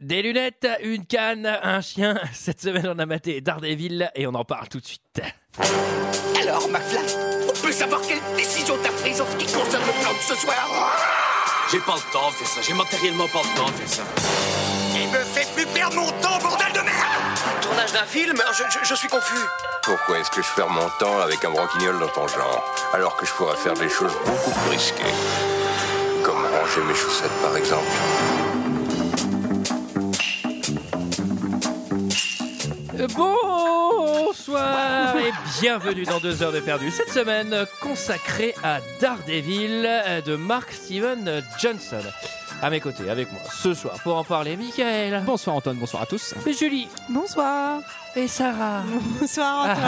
des lunettes, une canne, un chien. Cette semaine, on a maté Daredevil et on en parle tout de suite. Alors, McFly, on peut savoir quelle décision t'as prise en ce qui concerne le plan de ce soir J'ai pas le temps de faire ça, j'ai matériellement pas le temps de faire ça. Il me fait plus perdre mon temps, bordel de merde Tournage d'un film je, je- je suis confus. Pourquoi est-ce que je perds mon temps avec un broquignol dans ton genre, alors que je pourrais faire des choses beaucoup plus risquées Comme ranger mes chaussettes, par exemple. Bonsoir et bienvenue dans 2 heures de perdu. Cette semaine consacrée à Daredevil euh, de Mark Steven Johnson. À mes côtés, avec moi, ce soir, pour en parler, Michael, Bonsoir Antoine, bonsoir à tous. Julie Bonsoir. et Sarah. Bonsoir Antoine.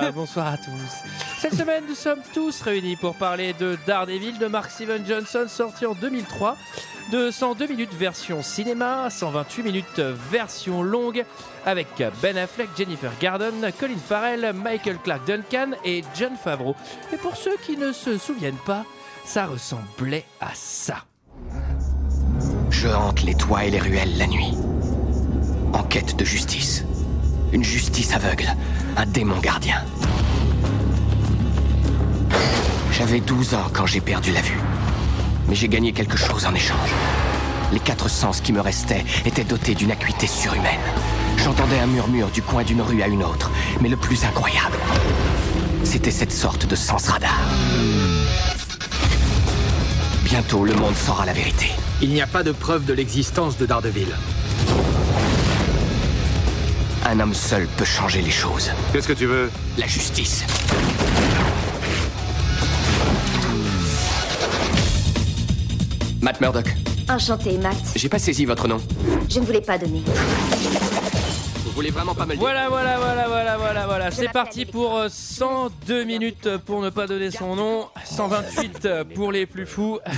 Ah, bonsoir à tous. Cette semaine, nous sommes tous réunis pour parler de Daredevil de Mark Steven Johnson, sorti en 2003, de 102 minutes version cinéma, 128 minutes version longue, avec Ben Affleck, Jennifer Garden, Colin Farrell, Michael Clark Duncan et John Favreau. Et pour ceux qui ne se souviennent pas, ça ressemblait à ça. Je hante les toits et les ruelles la nuit. En quête de justice. Une justice aveugle. Un démon gardien. J'avais 12 ans quand j'ai perdu la vue. Mais j'ai gagné quelque chose en échange. Les quatre sens qui me restaient étaient dotés d'une acuité surhumaine. J'entendais un murmure du coin d'une rue à une autre, mais le plus incroyable, c'était cette sorte de sens radar. Bientôt, le monde saura la vérité. Il n'y a pas de preuve de l'existence de Daredevil. Un homme seul peut changer les choses. Qu'est-ce que tu veux La justice. Matt Murdock, Enchanté, Matt. j'ai pas saisi votre nom. Je ne voulais pas donner. Vous voulez vraiment pas me le dire Voilà, voilà, voilà, voilà, voilà, voilà. C'est m'appelle parti pour euh, 102 minutes euh, pour ne pas donner son nom, 128 euh, pour les plus fous.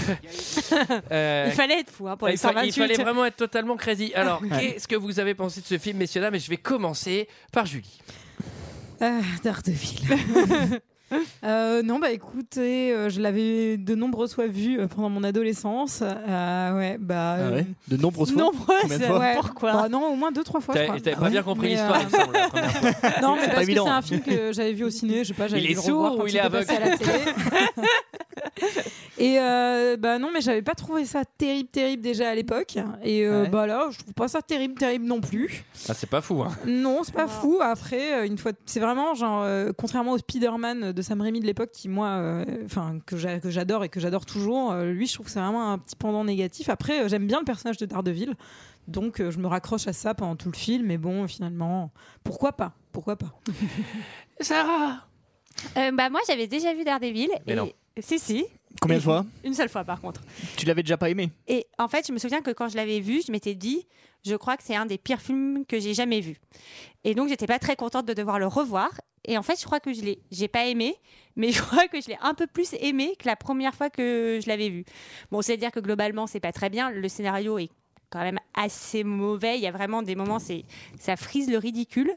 Euh, Il fallait être fou hein, pour les il, fa- 128. il fallait vraiment être totalement crazy. Alors, qu'est-ce que vous avez pensé de ce film, messieurs dames Et je vais commencer par Julie. Ah, Daredevil. Euh, non, bah écoutez, euh, je l'avais de nombreuses fois vu euh, pendant mon adolescence. Ah ouais, bah. euh, De nombreuses fois. Combien de Nombreuses, fois ouais. Pourquoi Bah non, au moins deux, trois fois. je T'avais crois. t'avais pas bien compris Mais, euh, l'histoire, il me semble, la première fois. euh, Non, mais pas parce que c'est évident. un film que j'avais vu au ciné, je sais pas, j'avais Il dû est le revoir sourd quand ou il était est passé à la télé. Et euh, bah non, mais j'avais pas trouvé ça terrible, terrible déjà à l'époque. Et euh, Ouais. bah là, je trouve pas ça terrible, terrible non plus. Ah, c'est pas fou, hein. Non, c'est pas fou. Après, euh, une fois, de- c'est vraiment genre, euh, contrairement au Spider-Man de Sam Raimi de l'époque, qui moi, euh, enfin, que j'a- que j'adore et que j'adore toujours, euh, lui, je trouve que c'est vraiment un petit pendant négatif. Après, euh, j'aime bien le personnage de Daredevil, donc euh, je me raccroche à ça pendant tout le film. Mais bon, finalement, pourquoi pas Pourquoi pas Sarah Euh, bah moi j'avais déjà vu Daredevil. Mais et... non. Si si, Combien de fois une seule fois par contre. Tu l'avais déjà pas aimé Et en fait je me souviens que quand je l'avais vu, je m'étais dit, je crois que c'est un des pires films que j'ai jamais vu. Et donc j'étais pas très contente de devoir le revoir. Et en fait je crois que je l'ai, j'ai pas aimé, mais je crois que je l'ai un peu plus aimé que la première fois que je l'avais vu. Bon c'est à dire que globalement c'est pas très bien. Le scénario est quand même assez mauvais. Il y a vraiment des moments c'est ça frise le ridicule.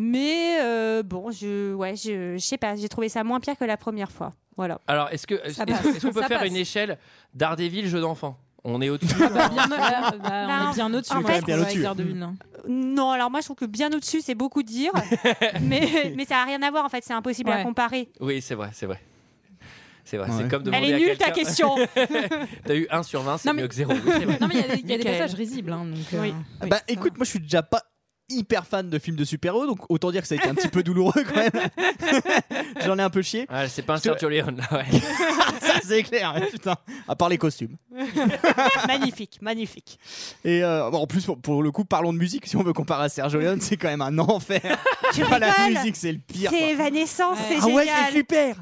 Mais euh, bon, je ouais, je, je sais pas, j'ai trouvé ça moins pire que la première fois. Voilà. Alors, est-ce que est-ce Ça passe. est-ce qu'on peut Ça faire passe. une échelle Daredevil, jeu d'enfant On est au-dessus Bah, bien, Bah, on est bien au-dessus. en quand fait, même, bien avec au-dessus. Daredevil, hein. Non, alors moi je trouve que bien au-dessus, c'est beaucoup dire, mais, mais ça n'a rien à voir en fait, c'est impossible à Ouais. comparer. Oui, c'est vrai, c'est vrai. C'est vrai, c'est Ouais. comme Elle demander est à nulle ta quelqu'un- question. T'as eu 1 sur 20, c'est Non, mais- mieux que 0. vrai. Non, mais il y a, des- il y a des Michael. passages risibles. hein, donc, euh, Oui. Bah écoute, moi je suis déjà pas hyper fan de films de super-héros, donc autant dire que ça a été un petit peu douloureux quand même. J'en ai un peu chié. Ah, c'est pas un Je te- Sergio Leone, là, ouais. Ça c'est clair, hein, putain. À part les costumes. magnifique, magnifique. Et euh, bon, en plus, pour, pour le coup, parlons de musique. Si on veut comparer à Sergio Leone, c'est quand même un enfer. Tu Pas la rigoles musique, c'est le pire. C'est évanescent, Ouais. c'est quoi. Ah ouais, c'est génial. super.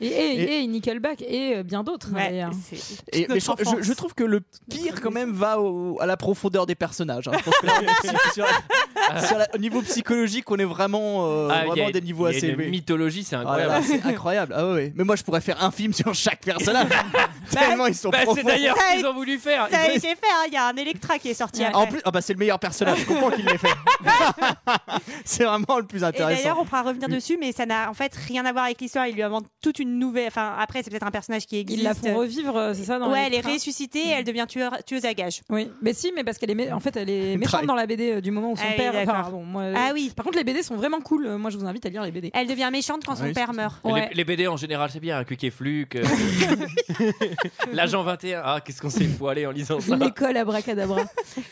Et, et- et Nickelback et euh, bien d'autres. Ouais, d'ailleurs. c'est- Et, mais je, notre je- je trouve que le pire quand même va au- à la profondeur des personnages. hein. Je pense que là, on est psy- sur- sur la- au niveau psychologique, on est vraiment, euh, Ah, il y a vraiment une- des niveaux il y a assez Une élevés. mythologie, c'est Ah là incroyable. là, c'est incroyable. Ah ouais. Mais moi, je pourrais faire un film sur chaque personnage. Tellement ils sont Bah, c'est profonds. d'ailleurs ce Ça- qu'ils ont voulu faire. Ça a été fait, hein, il y a un Electra qui est sorti Ouais. après. En plus, ah bah, c'est le meilleur personnage. Je comprends qu'il l'ait fait. c'est vraiment le plus Et d'ailleurs, intéressant. on pourra revenir dessus, mais ça n'a en fait rien à voir avec l'histoire. Ils lui inventent toute une une nouvelle. Enfin, après, c'est peut-être un personnage qui existe. Ils la font revivre, euh, c'est ça dans ouais, les elle est trains. ressuscitée, elle devient tueur, tueuse à gages. Oui, mais si, mais parce qu'elle est, mé- en fait, elle est méchante Trahi. dans la BD euh, du moment où son Ah oui, père. enfin, d'accord. pardon, moi, Ah oui. Par contre, les BD sont vraiment cool. Euh, Moi, je vous invite à lire les BD. Elle devient méchante quand Ah son oui, père meurt. Mais Les, les BD en général, c'est bien. Quick et Fluke. euh, L'agent 21. Ah, qu'est-ce qu'on s'est poilé en lisant ça. L'école abracadabra.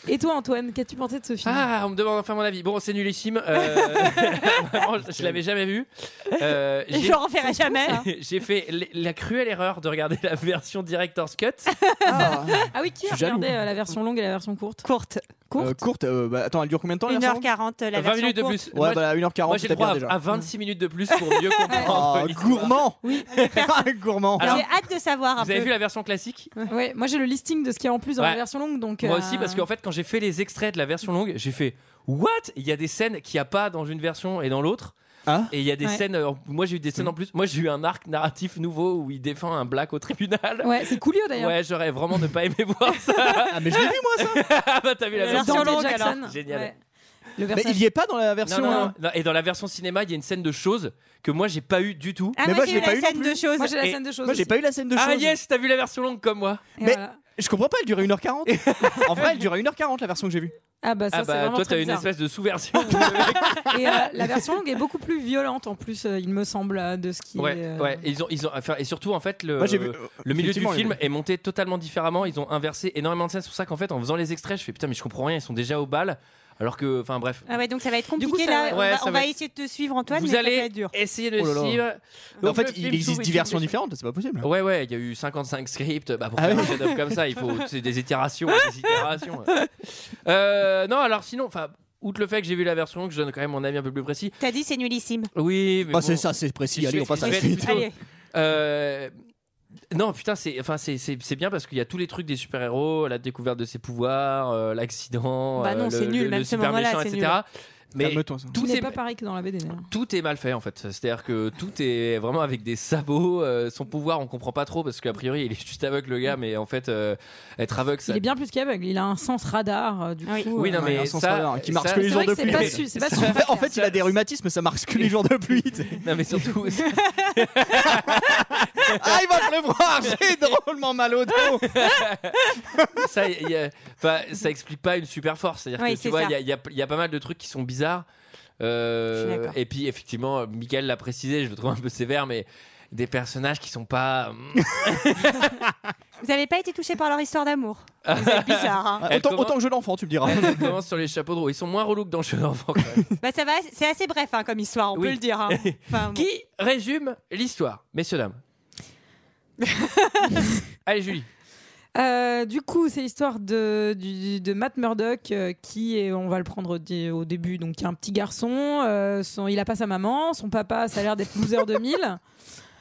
Et toi, Antoine, qu'as-tu pensé de ce film Ah, on me demande enfin mon avis. Bon, c'est nullissime. euh, vraiment, je l'avais jamais vu. Euh, Et j'ai- je le referai jamais. J'ai fait l- la cruelle erreur de regarder la version Director's Cut. Ah oui, qui Je a suis jaloux. regardé euh, la version longue et la version courte Courte. Courte Euh, courte euh, bah, attends, elle dure combien de temps la version 1h40, la 20 version minutes de courte. plus. Ouais, bah, voilà, 1h40, Moi, j'ai le c'est droit bien à, déjà. à 26 minutes de plus pour mieux comprendre. Oh, l'histoire. gourmand Gourmand Alors, J'ai hâte de savoir un vous avez peu. vu la version classique Ouais, moi j'ai le listing de ce qu'il y a en plus dans Ouais. la version longue. Donc, Moi euh, aussi, parce qu'en fait, quand j'ai fait les extraits de la version longue, j'ai fait What Il y a des scènes qu'il n'y a pas dans une version et dans l'autre. Ah. Mm. et il y a des Ouais. scènes. euh, Moi, j'ai eu des scènes en plus. Moi, j'ai eu un arc narratif nouveau où il défend un black au tribunal. Ouais, c'est Coolio d'ailleurs. Ouais, j'aurais vraiment ne pas aimé voir ça. Ah, mais je l'ai vu moi ça Ah bah, t'as vu la La version version Dante longue, Jackson. alors. Génial. Ouais. Le Mais personnage- il y est pas dans la version. Non, non, hein. non. Non, Et dans la version cinéma, il y a une scène de choses que moi, j'ai pas eu du tout. Ah, Mais moi, moi, j'ai je eu l'ai pas la eu scène non de plus. choses. Moi j'ai la scène de choses. Moi j'ai aussi. pas eu la scène de Ah choses. yes, t'as vu la version longue comme moi. Et Mais- voilà. Je comprends pas, elle durait 1h40. en vrai, elle durait 1h40 la version que j'ai vue. Ah bah ça ah c'est bah vraiment toi, t'as très une bizarre. espèce de sous-version. où le mec- Et euh, la version longue est beaucoup plus violente en plus, euh, il me semble, euh, de ce qui est. ouais, euh, ouais. Et ils ont, ils ont, enfin, et surtout en fait le. Moi j'ai vu. Le milieu du Effectivement, film il est monté totalement différemment. Ils ont inversé énormément de scènes. C'est pour ça qu'en fait, en faisant les extraits, je fais putain, mais je comprends rien. Ils sont déjà au bal. Alors que, enfin bref. Ah ouais, donc ça va être compliqué coup, ça là. va- on Ouais, va, ça on va va être- essayer de te suivre, Antoine, Vous mais ça va allez être dur. essayer de Oh là là. suivre. Mais en Donc, fait, le film il existe s'ouvre dix et versions s'ouvre des- différentes, c'est pas possible. Ouais, ouais, il y a eu 55 scripts. Bah, pour Ah faire ouais. un chef-d'œuvre comme ça, il faut c'est des itérations. des itérations. Euh, non, alors sinon, enfin, outre le fait que j'ai vu la version, que je donne quand même mon avis un peu plus précis. T'as dit c'est nullissime. Oui, mais. Ah, bon. c'est ça, c'est précis. Je Allez, vais- on passe à je la vais être suite. plutôt- Allez. Euh, Non, putain, c'est enfin, c'est- c'est c'est bien parce qu'il y a tous les trucs des super-héros, la découverte de ses pouvoirs, euh, l'accident, Bah non, euh, c'est le, nul, le- même le ce super moment-là, méchant, c'est etc. nul. Mais Calme-toi, ça. Tout tout n'est est, pas pareil que dans la BD. d'ailleurs. tout est mal fait en fait. C'est-à-dire que tout est vraiment avec des sabots. euh, son pouvoir, on comprend pas trop parce qu'a priori, il est juste aveugle, le gars, mais en fait, euh, être aveugle, ça. Il est bien plus qu'aveugle, il a un sens radar euh, du Ah oui. coup. Oui, euh, non, mais Ouais, un sens ça, radar qui marche ça- que les C'est jours vrai de que c'est pluie. pas su, c'est pas su. En fait, il a des rhumatismes, ça marche que les jours de pluie. tu sais. Non, mais surtout, ah, il va te le voir, j'ai drôlement mal au dos. ça, il y a- enfin, ça explique pas une super force. C'est-à-dire Oui, que c'est tu vois, ça. il y a, il y a- il y a pas mal de trucs qui sont bizarres. Je suis Euh, d'accord. et puis, effectivement, Michael l'a précisé, je le trouve un peu sévère, mais des personnages qui sont pas. Vous n'avez pas été touché par leur histoire d'amour. Vous êtes bizarre. hein. Elle Ah, Autant, commence- autant que je l'enfant, tu me diras. Ils commencent sur les chapeaux de roue. Ils sont moins relous que dans Jeu d'enfant. quand même. Bah ça va, c'est assez bref hein, comme histoire, on Oui. peut le dire. hein. Enfin, bon. Qui résume l'histoire, messieurs, dames Allez, Julie. Euh, du coup, c'est l'histoire de, du- de Matt Murdock euh, qui est, on va le prendre dé- au début, donc qui est un petit garçon. euh, son- il a pas sa maman, son papa, ça a l'air d'être loser 2000.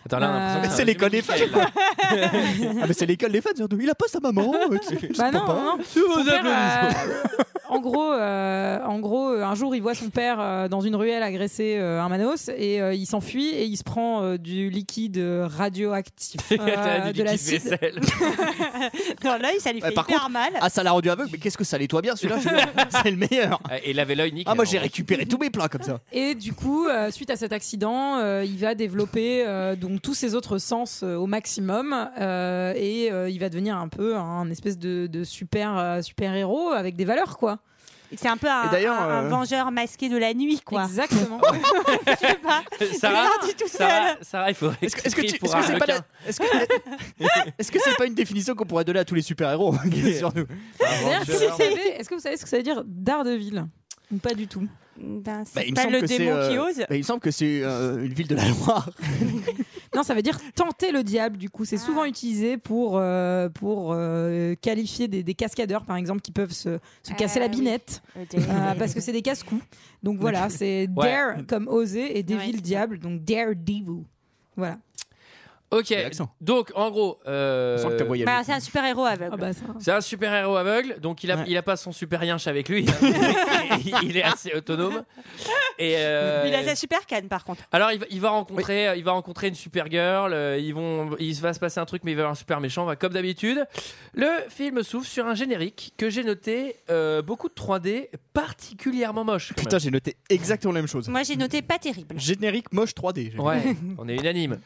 Attends, là, on a l'impression que Euh, un c'est l'école résumé des de Michael, là. Ah, mais c'est l'école des fans, surtout. Il a pas sa maman. euh, tu sais, bah son non, papa. non. Son père, euh, en gros, euh, en gros, euh, un jour, il voit son père euh, dans une ruelle agresser euh, un manos et euh, il s'enfuit et il se prend euh, du liquide radioactif, euh, T'as du de liquide l'acide. vaisselle. Dans l'œil, ça lui Ouais, fait par hyper mal. Ah, ça l'a rendu aveugle, mais qu'est-ce que ça nettoie bien celui-là je veux dire. C'est le meilleur. Et il avait l'œil nickel. Ah, moi en j'ai vrai. récupéré tous mes plats comme ça. Et du coup, euh, suite à cet accident, euh, il va développer euh, donc tous ses autres sens euh, au maximum euh, et euh, il va devenir un peu un espèce de, de super euh, super héros avec des valeurs quoi. C'est un peu un, Et d'ailleurs, un- un euh, vengeur masqué de la nuit, quoi. Exactement. Je sais pas. Sarah, Il est sorti tout Sarah, seul. Sarah, il faudrait Est-ce que, est-ce que tu- t'écrives pour est-ce que un c'est pas la- requin. est-ce que est-ce que c'est pas une définition qu'on pourrait donner à tous les super-héros Bah, sur nous D'ailleurs, si vous Avenger. savez- Est-ce que vous savez ce que ça veut dire Daredevil Ou pas du tout Ben, c'est Bah, il me pas semble le que c'est, démon qui euh, ose. bah, Il me semble que c'est euh, une ville de la Loire. Non, ça veut dire tenter le diable. Du coup, c'est Ah. souvent utilisé pour euh, pour euh, qualifier des, des cascadeurs par exemple qui peuvent se, se casser Ah, la oui. binette. Ah, Euh, parce que c'est des casse-coups. Donc voilà, c'est Ouais. dare comme oser et Ouais, devil c'est diable, donc dare devil. Voilà. Ok, Et l'accent. donc en gros, euh, Je sens que t'as voyagé. Bah, c'est un super héros aveugle. Ah bah ça. c'est un super héros aveugle, donc il a, Ouais. il a pas son super yinche avec lui, il, il est assez autonome. Et euh, Il a sa super canne par contre. Alors il va, il va rencontrer, euh, il va rencontrer une super girl. ils vont, il va se passer un truc, mais il va y avoir un super méchant. va comme d'habitude. Le film s'ouvre sur un générique que j'ai noté euh, beaucoup de 3D particulièrement moche. quand Putain, même. j'ai noté exactement la même chose. Moi j'ai noté pas terrible. Générique moche 3D. j'ai mis. Ouais, on est unanime.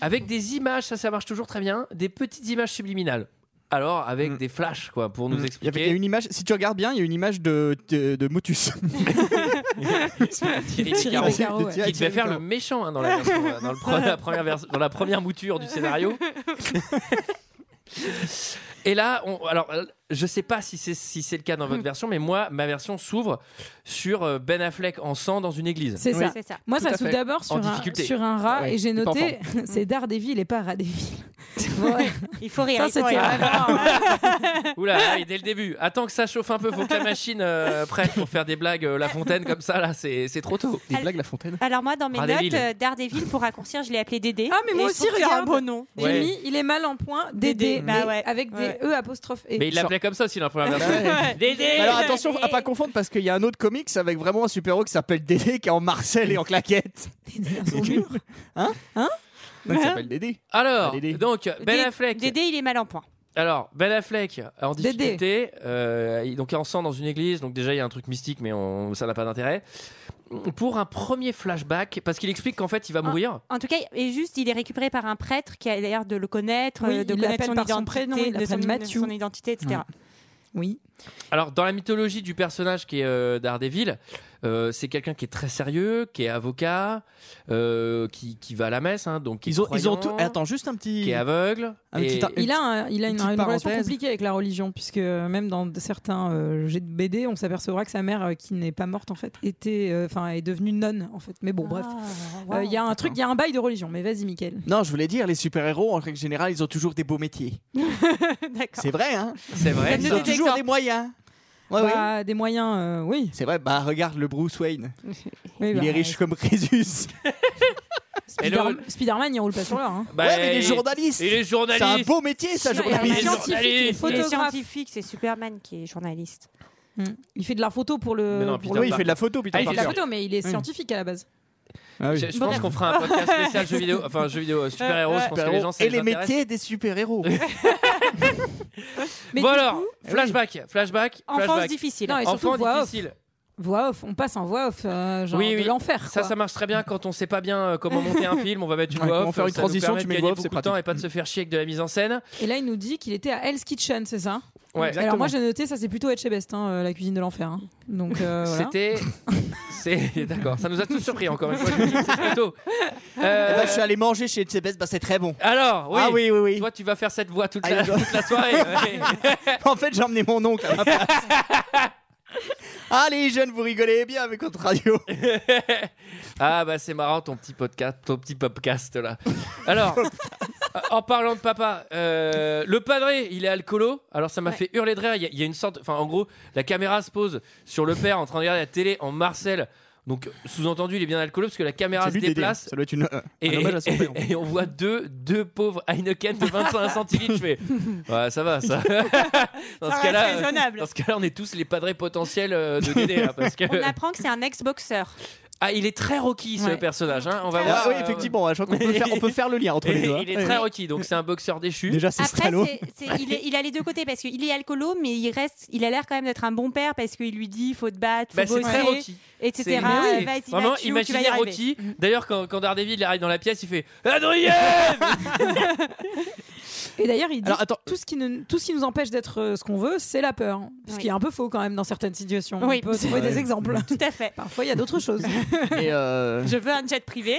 avec des images, ça, ça marche toujours très bien. Des petites images subliminales. Alors avec des flashs, quoi, pour nous Hmm. Il y avait- il y a expliquer. une image, si tu regardes bien, il y a une image de, de, de Motus. Thierry Thierry Beccaro. Beccaro, ouais. qui devait faire le méchant hein, dans, la version, euh, dans, le pre- la première vers- dans la première mouture du scénario. Et là, on, alors, euh, je sais pas si c'est si c'est le cas dans votre version, mais moi, ma version s'ouvre sur euh, Ben Affleck en sang dans une église. C'est ça. C'est ça. Moi, à ça s'ouvre fait. d'abord sur En un, difficulté. sur un rat Ouais, et j'ai il est pas en noté c'est Daredevil et pas Radeville. Il faut rire. Ça, il faut c'était rire. hein. vraiment. Oula, là, et dès le début. Attends que ça chauffe un peu, faut que la machine euh, prête pour faire des blagues euh, La Fontaine comme ça, là, c'est c'est trop tôt. Des blagues, la fontaine. Alors moi dans mes Daredevil. notes, euh, Daredevil pour raccourcir, je l'ai appelé Dédé. Ah, mais moi Et je aussi, trouve que c'est regarde. un beau nom. J'ai Ouais. mis, il est mal en point, Dédé. Dédé, mais Bah ouais. avec des Ouais. E apostrophe E. Mais il l'appelait comme ça aussi dans la première version. Dédé Mais Alors attention à pas confondre parce qu'il y a un autre comics avec vraiment un super-héros qui s'appelle Dédé qui est en Marcel et en claquette. Hein Hein Non, il s'appelle Dédé. Alors, Dédé. donc, Ben Dé- Affleck. Dédé il est mal en point. Alors, Ben Affleck en Dédé. difficulté, euh, il- donc est en sang dans une église, donc déjà il y a un truc mystique, mais on- ça n'a pas d'intérêt. Pour un premier flashback, parce qu'il explique qu'en fait il va mourir. En tout cas, et juste, il est récupéré par un prêtre qui a l'air de le connaître, Oui, euh, de il connaître l'appelle son par son identité, prénom, il de son, l'appelle Matthew. son identité, etc. Oui. Alors, dans la mythologie du personnage qui est euh, Daredevil, euh, c'est quelqu'un qui est très sérieux, qui est avocat, euh, qui, qui va à la messe, hein, donc qui est Ils ont, ils ont tout. croyant, Attends, Ah, juste un petit. qui est aveugle. Un et- petit ar- Il a, un- il a Une une, petite une relation parenthèse. compliquée avec la religion, puisque euh, même dans de- certains euh, jets de BD, on s'apercevra que sa mère, euh, qui n'est pas morte en fait, était, euh, enfin, est devenue nonne en fait. Mais Ah. bon, bref. Euh, Il wow. y a un truc, il y a un bail de religion. Mais vas-y, Mickaël. Non, je voulais dire, les super-héros, en règle générale, ils ont toujours des beaux métiers. D'accord. C'est vrai, hein C'est vrai. Comme Ils Donne-nous ont des toujours exemples. des moyens. Ah Ouais, oui. Bah, Des moyens, euh, oui. C'est vrai, bah regarde le Bruce Wayne. Oui, Il bah, est riche comme Crésus. Spider- Hello. Spider-Man, il roule pas sur l'heure. hein. Bah, ouais, mais il est il- journaliste. Il est C'est journaliste. un beau métier, ça, Il y a un Il est journaliste. scientifique, il est journaliste. Il est photographe. scientifique, c'est Superman qui est journaliste. Mm. Il fait de la photo pour le. Mais non, pour putain, le- Oui, il fait de la photo, putain. Ah, il il par fait de la cœur. photo, mais il est Oui. scientifique à la base. Ah oui. Je, je pense qu'on fera un podcast spécial jeux vidéo, enfin jeux vidéo euh, super-héros, je pense que les gens ça et les intéresse. Euh, métiers des super-héros. bon Mais du alors, coup- flashback, flashback, Enfance flashback. difficile. Non, et surtout, Enfant voix off. difficile. Voix off, on passe en voix off, euh, genre Oui, de oui. l'enfer. Ça, quoi. ça marche très bien quand on sait pas bien euh, comment monter un film. On va mettre une Ouais, voix comment off. faire une ça nous transition, permet tu de mets gagner une voix off, beaucoup c'est de temps pratique. et pas de se faire chier avec de la mise en scène. Et là, il nous dit qu'il était à Hell's Kitchen, c'est ça Ouais. Exact. Alors moi, j'ai noté, ça c'est plutôt Etchebest, hein, euh, la cuisine de l'enfer. hein. Donc euh, voilà. C'était, c'est d'accord. Ça nous a tous surpris encore une fois. je vous le dis, c'est très tôt. Euh, Eh ben, je suis allé manger chez Tsebes, bah c'est très bon. Alors, oui. Ah oui, oui, oui. Toi, tu vas faire cette voix toute Ah, la, je dois- toute la soirée. ouais. En fait, j'ai emmené mon oncle à ma place. Allez, jeunes, vous rigolez bien avec votre radio. ah bah c'est marrant ton petit podcast, ton petit podcast là. Alors, euh, en parlant de papa, euh, le padré, il est alcoolo. Alors ça m'a fait hurler de rire. Il y a- il y, a une sorte, enfin en gros, la caméra se pose sur le père en train de regarder la télé en Marcel. Donc sous-entendu, il est bien alcoolo parce que la caméra C'est se lui, Dédé, déplace hein. Ça doit être une, euh, et, un hommage à son père. et on voit deux, deux pauvres Heineken de 25 centilitres. Je fais, ouais, ça va, ça. dans, Ça ce reste cas-là, euh, raisonnable. dans ce cas-là, on est tous les padrés potentiels euh, de Dédé. là, parce que... On apprend que c'est un ex-boxeur. Ah, il est très Rocky ce Ouais. personnage. hein. On va voir. Ah, oui, euh, effectivement, je crois qu'on peut, faire- on peut faire le lien entre les Et- deux. hein. il est Ouais. très Rocky, donc c'est un boxeur déchu. Déjà, c'est Après, Stralo. c'est- c'est- il, est- il a les deux côtés parce qu'il est alcoolo, mais il reste, il a l'air quand même d'être un bon père parce qu'il lui dit faut te battre, faut Bah, c'est très bosser, Rocky. etc. C'est- Vas-y, c'est- Mathieu, Vraiment, tu vas y imaginez arriver. Rocky. D'ailleurs, quand, quand Daredevil arrive dans la pièce, il fait Adrien Et d'ailleurs, il dit Alors, attends. tout ce qui ne- tout ce qui nous empêche d'être euh, ce qu'on veut, c'est la peur, hein. ce Oui. qui est un peu faux quand même dans certaines situations. Oui. On peut trouver Ouais. des exemples. Tout à fait. Parfois, il y a d'autres choses. Et, euh, Je veux un jet privé.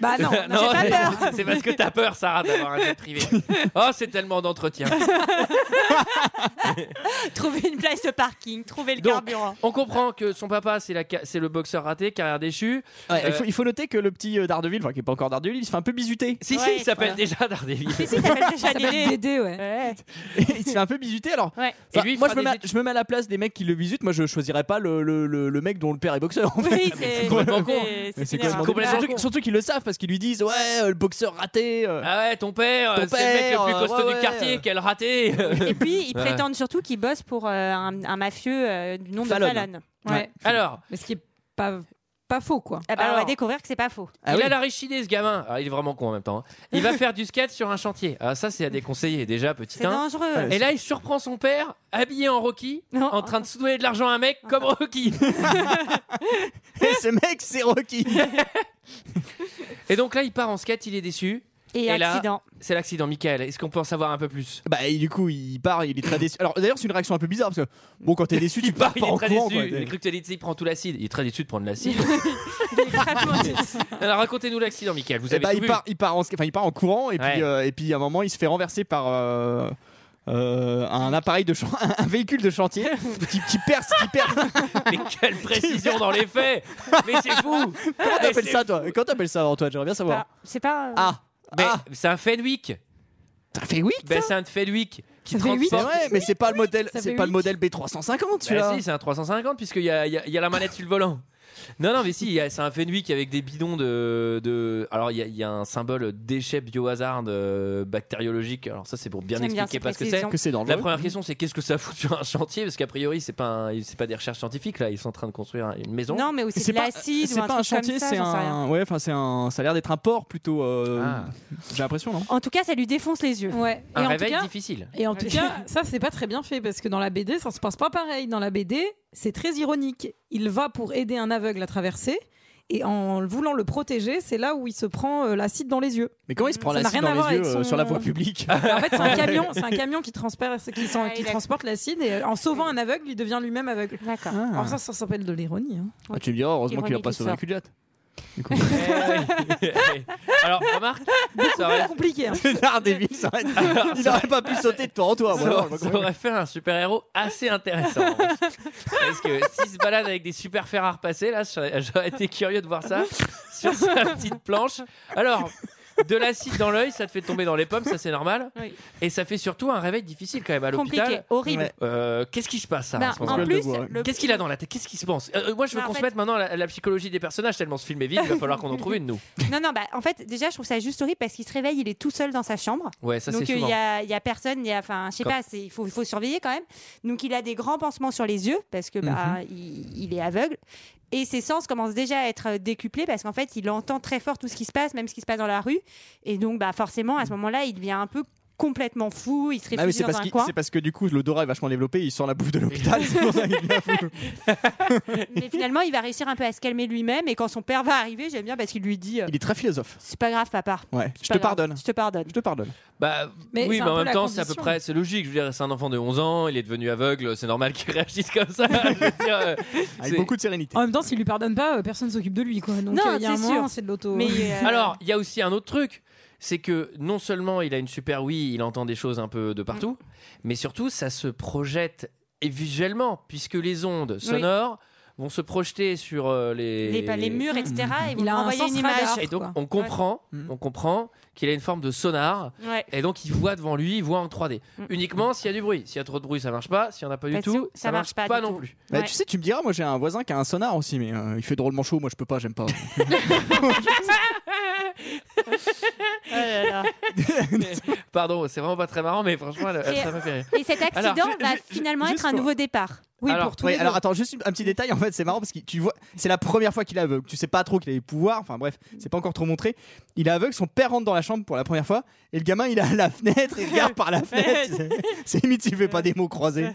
bah non, non, Non, j'ai pas c'est- peur. C'est parce que t'as peur, Sarah, d'avoir un jet privé. Oh, c'est tellement d'entretien. Trouver une place de parking, trouver le Donc, carburant. On comprend que son papa, c'est la ca- c'est le boxeur raté, carrière déchue. ouais, il, faut, Euh, il faut noter que le petit euh, Daredevil, enfin qui est pas encore Daredevil, il se fait un peu bisuter. Si, si, Ouais, il s'appelle voilà. déjà Daredevil. Si, si, t'appelles déjà Ça s'appelle Dédé. Dédé, ouais. Ouais. il se fait un peu bisuter alors. Ouais. Et Enfin, lui, il moi, je fera me, des mets, études. je me mets à la place des mecs qui le bisutent. Moi, je choisirais pas le, le, le- le mec dont le père est boxeur. En fait. Oui, c'est complètement con. c'est- Mais C'est c'est général. complètement complètement débile. con. Surtout, surtout qu'ils le savent parce qu'ils lui disent ouais euh, le boxeur raté. euh. Ah ouais, ton père, Ton euh, c'est le mec père, le plus euh, costaud ouais, du ouais. quartier, quel raté Et puis, ils Ouais. prétendent surtout qu'ils bossent pour euh, un, un mafieux euh, du nom Fallon. de Fallon. Ouais. Alors, Mais ce qui est pas pas faux, quoi. Ah bah, on va découvrir que c'est pas faux. Ah il a la richidée, ce gamin. Ah, il est vraiment con en même temps. hein. Il va faire du skate sur un chantier. Ah, ça, c'est à déconseiller déjà, petit hein. C'est un. dangereux. Et là, il surprend son père, habillé en Rocky, Non. en train de se donner de l'argent à un Ah. mec comme Rocky. Et ce mec, c'est Rocky. Et donc là, il part en skate, il est déçu. Et, Et là- accident. C'est l'accident, Michael. Est-ce qu'on peut en savoir un peu plus Bah, et du coup, il part, il est très déçu. Alors, d'ailleurs, c'est une réaction un peu bizarre parce que, bon, quand t'es déçu, tu pars Il Bah, pas est en très courant, déçu. quoi. Il a cru que t'allais- tu sais, il prend tout l'acide. Il est très déçu de prendre l'acide. découvrir. Alors racontez-nous l'accident, Michael. Vous Eh avez bah, tout il vu. part, il part en, ska- enfin, il part en courant et Ouais. puis, euh, et puis à un moment, il se fait renverser par euh, euh, un appareil de chan- un véhicule de chantier qui, qui perce, qui perce. Mais quelle précision dans les faits Mais c'est fou Comment Mais t'appelles c'est ça, toi Comment t'appelles ça, Antoine J'aimerais bien savoir. Ah, Bah, c'est pas. Ah, Mais ah, c'est un Fenwick. t'as fait oui. Ben, c'est un Fenwick qui Ça fait huit. C'est transporte. vrai, mais c'est pas le modèle, ça c'est fait pas le huit. modèle B350 Bah celui-là. si, c'est un 350 puisqu'il y a, il y a- il y a la manette sur le volant. Non, non, mais si, il y a- c'est un Fenwick avec des bidons de. de- Alors, il y, a- il y a un symbole déchet biohazard euh, bactériologique. Alors, ça, c'est pour bien J'aime bien expliquer cette parce que c'est. précision. que c'est dangereux. La première question, c'est qu'est-ce que ça fout sur un chantier Parce qu'a priori, c'est pas, un- c'est pas des recherches scientifiques là. Ils sont en train de construire un- une maison. Non, mais aussi C'est de pas- l'acide c'est ou un pas un truc comme chantier, ça, c'est j'en sais rien. un. Ouais, enfin, c'est un. Ça a l'air d'être un port plutôt. euh, Ah. J'ai l'impression, non En tout cas, ça lui défonce les yeux. Ouais. Et Un en tout réveil cas, difficile. Et en tout cas, ça c'est pas très bien fait parce que dans la BD, ça se passe pas pareil. Dans la BD, c'est très ironique. Il va pour aider un aveugle à traverser et en voulant le protéger, c'est là où il se prend euh, l'acide dans les yeux. Mais comment il se prend Ça n'a l'acide rien à dans voir les yeux avec euh, son- Ah. sur la voie publique Alors, en fait, c'est un camion, c'est un camion qui, transperce- qui, s'en- Ah, qui il a- transporte l'acide et euh, en sauvant un aveugle, il devient lui-même aveugle. D'accord. Alors ça, ça s'appelle de l'ironie. hein. Ah, tu me diras, heureusement qu'il a Ironie pas du sauvé un sort. cul de jatte. Alors, remarque, ça aurait, C'est compliqué. hein. Daredevil, ça aurait- il n'aurait pas pu sauter de toi en toi. ça Ah, voilà. aurait- ça aurait fait un super-héros assez intéressant. en fait. Parce que s'il se balade avec des super fers à repasser, là, j'aurais j'aurais été curieux de voir ça sur sa petite planche. Alors. De l'acide dans l'œil, ça te fait tomber dans les pommes, ça c'est normal. Oui. Et ça fait surtout un réveil difficile quand même à Compliqué, l'hôpital. horrible. Ouais. Euh, Qu'est-ce qui se passe ça, Bah, à ce moment-là en le plus, voit, ouais. le- Qu'est-ce qu'il a dans la tête Qu'est-ce qui se pense Euh, euh, Moi, je veux Bah, en qu'on se fait- mette maintenant la, la psychologie des personnages, tellement ce film est vide, il va falloir qu'on en trouve une, nous. Non, non, bah, en fait, déjà, je trouve ça juste horrible parce qu'il se réveille, il est tout seul dans sa chambre. Ouais, ça c'est Donc, euh, il souvent. y, a, il y a personne, il y a, enfin, je sais Comme- pas, c'est- il faut, il faut surveiller quand même. Donc, il a des grands pansements sur les yeux parce que bah, il, il est aveugle. Et ses sens commencent déjà à être euh, décuplés parce qu'en fait, il entend très fort tout ce qui se passe, même ce qui se passe dans la rue. Et donc, bah, forcément, à ce moment-là, il devient un peu complètement fou, il Ah, se mais réfugie c'est dans parce, un qu'il- coin. c'est parce que du coup l'odorat est vachement développé, il sent la bouffe de l'hôpital. c'est pour ça qu'il devient fou. Mais finalement, il va réussir un peu à se calmer lui-même. Et quand son père va arriver, j'aime bien parce qu'il lui dit euh, il est très philosophe. C'est pas grave, papa. Ouais, C'est je pas te grave, pardonne. Je te pardonne. Je te pardonne. Bah, Mais oui, c'est mais un en peu même la temps, c'est à peu condition. près, c'est logique. Je veux dire, c'est un enfant de 11 ans, il est devenu aveugle, c'est normal qu'il réagisse comme ça. Je veux dire, euh, Avec c'est- beaucoup de sérénité. En même temps, s'il lui pardonne pas, euh, personne s'occupe de lui. Quoi. Donc, Non, euh, il y a un c'est moment, sûr. c'est de l'auto. Mais, euh, Alors, il y a aussi un autre truc, c'est que non seulement il a une super oui, il entend des choses un peu de Mm. partout, mais surtout ça se projette et visuellement, puisque les ondes sonores vont se projeter sur euh, les... les, les murs, etc. Et vous Il a un renvoyez sens une image. radar. Et donc quoi. on comprend, Ouais. Mm. on comprend qu'il a une forme de sonar, Ouais. et donc il voit devant lui, il voit en 3D. Mm. Uniquement s'il y a du bruit. S'il y a trop de bruit, ça marche pas. S'il y en a pas du Bah, si- tout, ça marche pas du non tout. plus. Bah, Ouais. Tu sais, tu me diras, moi j'ai un voisin qui a un sonar aussi, mais euh, il fait drôlement chaud, moi je peux pas, j'aime pas. Oh là là. Pardon, c'est vraiment pas très marrant, mais franchement, elle- elle- Et- ça m'a fait rire. Et cet accident Alors, ju- va ju- finalement juste être un pour- nouveau départ. Oui, Alors, pour tous Ouais, les deux. alors attends, juste une- un petit détail en fait, c'est marrant parce que tu vois, c'est la première fois qu'il est aveugle. Tu sais pas trop qu'il a les pouvoirs, enfin bref, c'est pas encore trop montré. Il est aveugle, son père rentre dans la chambre pour la première fois et le gamin il est à la fenêtre, il regarde par la fenêtre. C'est limite s'il fait pas des mots croisés.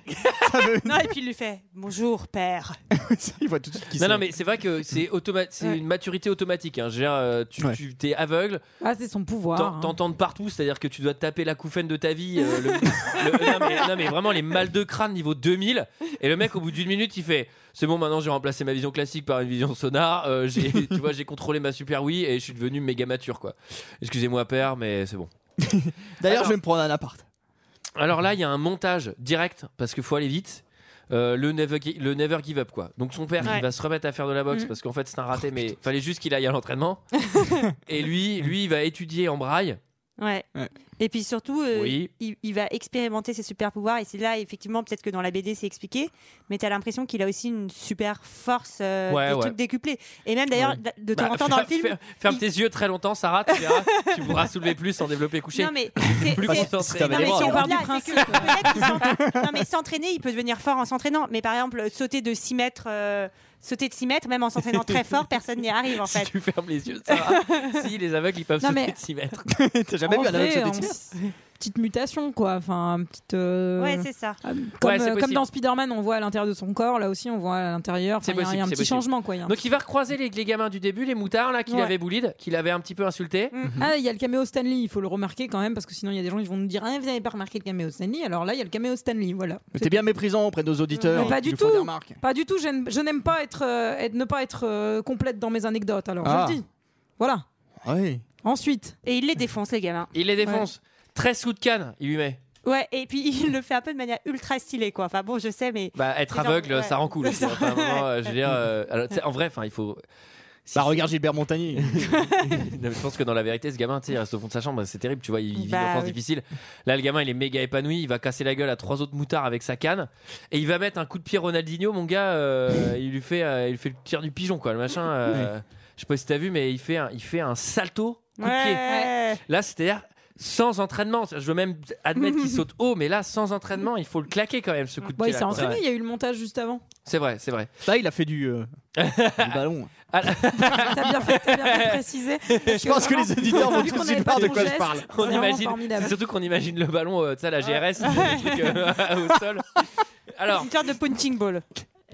Ça veut- Non, et puis il lui fait Bonjour, père. il voit tout de suite qui Non, c'est. non, mais c'est vrai que c'est automa- c'est Ouais. une maturité automatique. Hein. Je veux dire, euh, tu Ouais. tu- t'es aveugle, Ah, c'est son pouvoir. t'en- hein. t'entends de partout, c'est-à-dire que tu dois te taper la couffaine de ta vie. euh, le- le- non, mais, non, mais vraiment les mal de crâne niveau 2000. Et le mec, au bout d'une minute, il fait C'est bon, maintenant j'ai remplacé ma vision classique par une vision sonar. euh, j'ai- tu vois, j'ai contrôlé ma super oui et je suis devenu méga mature, quoi. Excusez-moi, père, mais c'est bon. D'ailleurs, Alors- je vais me prendre un appart. Alors là, il y a un montage direct parce qu'il faut aller vite. Euh, le, never, gi- le never give up quoi. Donc son père qui Ouais. va se remettre à faire de la boxe Mhm. parce qu'en fait c'est un raté mais fallait juste qu'il aille à l'entraînement. et lui, lui il va étudier en braille. Ouais. Ouais. Et puis surtout, euh, Oui. il, il va expérimenter ses super pouvoirs. Et c'est là, effectivement, peut-être que dans la BD, c'est expliqué. Mais t'as l'impression qu'il a aussi une super force, euh, Ouais, des ouais. trucs décuplés. Et même d'ailleurs, de temps Bah, en temps dans le fer- film. fer- ferme il- tes yeux très longtemps Sarah, tu verras, tu pourras soulever plus en développé couché. Non, mais c'est- plus c'est- concentré. c'est- Non, Mais mais bon, si on alors. parle du Là, principe, c'est que- peut-être qu'il s'entraîne- non, mais s'entraîner, il peut devenir fort en s'entraînant. Mais par exemple, sauter de 6 mètres, euh, sauter de 6 mètres, même en s'entraînant très fort, personne n'y arrive en Si fait. tu fermes les yeux, ça va. si les aveugles, ils peuvent Non, sauter mais- de 6 mètres. T'as Bah jamais En vu un aveugle vrai, sauter on de six mètres s- Petite mutation, quoi. Enfin, un petit. euh, Ouais, c'est ça. euh, comme, Ouais, c'est euh, comme possible. dans Spider-Man, on voit à l'intérieur de son corps, là aussi, on voit à l'intérieur. Enfin, C'est Il y a- il y possible, a un c'est petit possible. changement, quoi. Il y a un- Donc il va recroiser les, les gamins du début, les moutards là qu'il Ouais. avait bullied, qu'il avait un petit peu insulté. Ah, il y a le caméo Stanley, il faut le remarquer quand même, parce que sinon il y a des gens qui vont nous dire Ah, vous n'avez pas remarqué le caméo Stanley Alors là, il y a le caméo Stanley, voilà. Mais T'es bien méprisant auprès de nos auditeurs. Mais pas qui du nous font tout. des remarques. Pas du tout, je n'aime- je n'aime pas être, euh, être- ne pas être euh, complète dans mes anecdotes, alors Ah. je le dis. Voilà. Oui. Ensuite, Et il les défonce, les gamins. Il les défonce. Très sous de canne, il lui met. Ouais, et puis il le fait un peu de manière ultra stylée, quoi. Enfin bon, je sais, mais. Bah être Les gens- aveugle, ouais. ça rend cool. C'est ça. Enfin, vraiment, euh, je veux dire, euh, alors, tu sais, en vrai, enfin il faut. Si- Bah regarde Gilbert Montagny. Non, mais je pense que dans la vérité, ce gamin, tu sais, il reste au fond de sa chambre, c'est terrible, tu vois, il vit Bah une enfance oui. difficile. Là, le gamin, il est méga épanoui, il va casser la gueule à trois autres moutards avec sa canne, et il va mettre un coup de pied Ronaldinho, mon gars, euh, il lui fait, euh, il lui fait le tir du pigeon, quoi, le machin. euh, Je sais pas si t'as vu, mais il fait un, il fait un salto coup de pied. Ouais. Là, c'est-à-dire sans entraînement. Je veux même admettre qu'il saute haut, mais là, sans entraînement, il faut le claquer quand même, ce coup de bon, pied. il s'est entraîné, il y a eu le montage juste avant. C'est vrai, c'est vrai. Ça, il a fait du, euh, du ballon. T'as bien fait, t'as bien fait de préciser. Je pense que les auditeurs vont Vu qu'on tous avait voir pas de ton quoi je geste. parle. On vraiment imagine, formidable. c'est surtout qu'on imagine le ballon, euh, tu sais, à la GRS, le truc, euh, au sol. Alors, Une sorte de punching ball.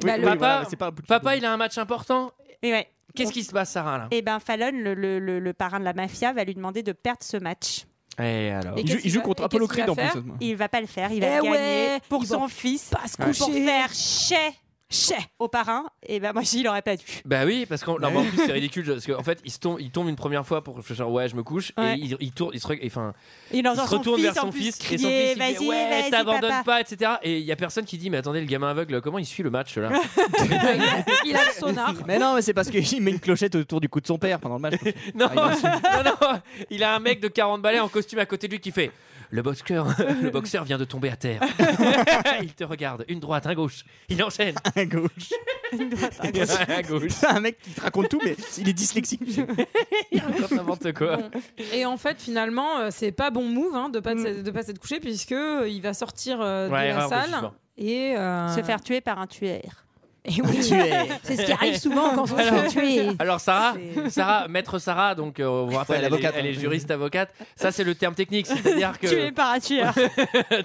Bah, le- papa- voilà, mais c'est pas un bout de- papa, il a un match important. Et ouais. Qu'est-ce qui se passe, Sarah, là Et ben Fallon, le, le- le- le parrain de la mafia, va lui demander de perdre ce match. Et alors Et Il joue, qu'est-ce il qu'il joue va- contre et Apollo Creed qu'est-ce qu'il va en plus. faire heureusement. Il va pas le faire. Il va Eh gagner ouais, pour ils son vont fils. Pas se Pour coucher. faire chier Chais. au parrain. Et ben moi, il aurait pas dû. Bah oui, parce qu'en non, Ouais. mais en plus c'est ridicule parce qu'en fait il se tombe, il tombe une première fois pour genre ouais je me couche Ouais. et il, il tourne, il se, re- et, enfin, Il, il entend se retourne vers son en plus fils et son crier, fils il fait Vas-y, ouais vas-y, t'abandonnes papa. pas etc et il y a personne qui dit mais attendez le gamin aveugle comment il suit le match là Il a le sonar. Mais non, mais c'est parce qu'il met une clochette autour du cou de son père pendant le match. Non, Ah, il non, non, il a un mec de 40 balais en costume à côté de lui qui fait le boxeur, le boxeur vient de tomber à terre. il te regarde, une droite, un gauche. Il enchaîne. à gauche. à gauche. C'est un mec qui te raconte tout, mais il est dyslexique. Il raconte n'importe quoi. Bon. Et en fait, finalement, euh, c'est pas bon move hein, de pas Mm. de pas s'être couché puisque euh, il va sortir euh, Ouais, de la erreur de salle jugement. et euh, Se faire tuer par un tueur. Et oui, c'est ce qui arrive souvent quand on se fait tuer. Alors Sarah, C'est- Sarah, maître Sarah, donc euh, on vous rappelle, Ouais, elle, est, l'avocate, elle est hein. juriste avocate. Ça c'est le terme technique, c'est-à-dire que Tué par un tueur.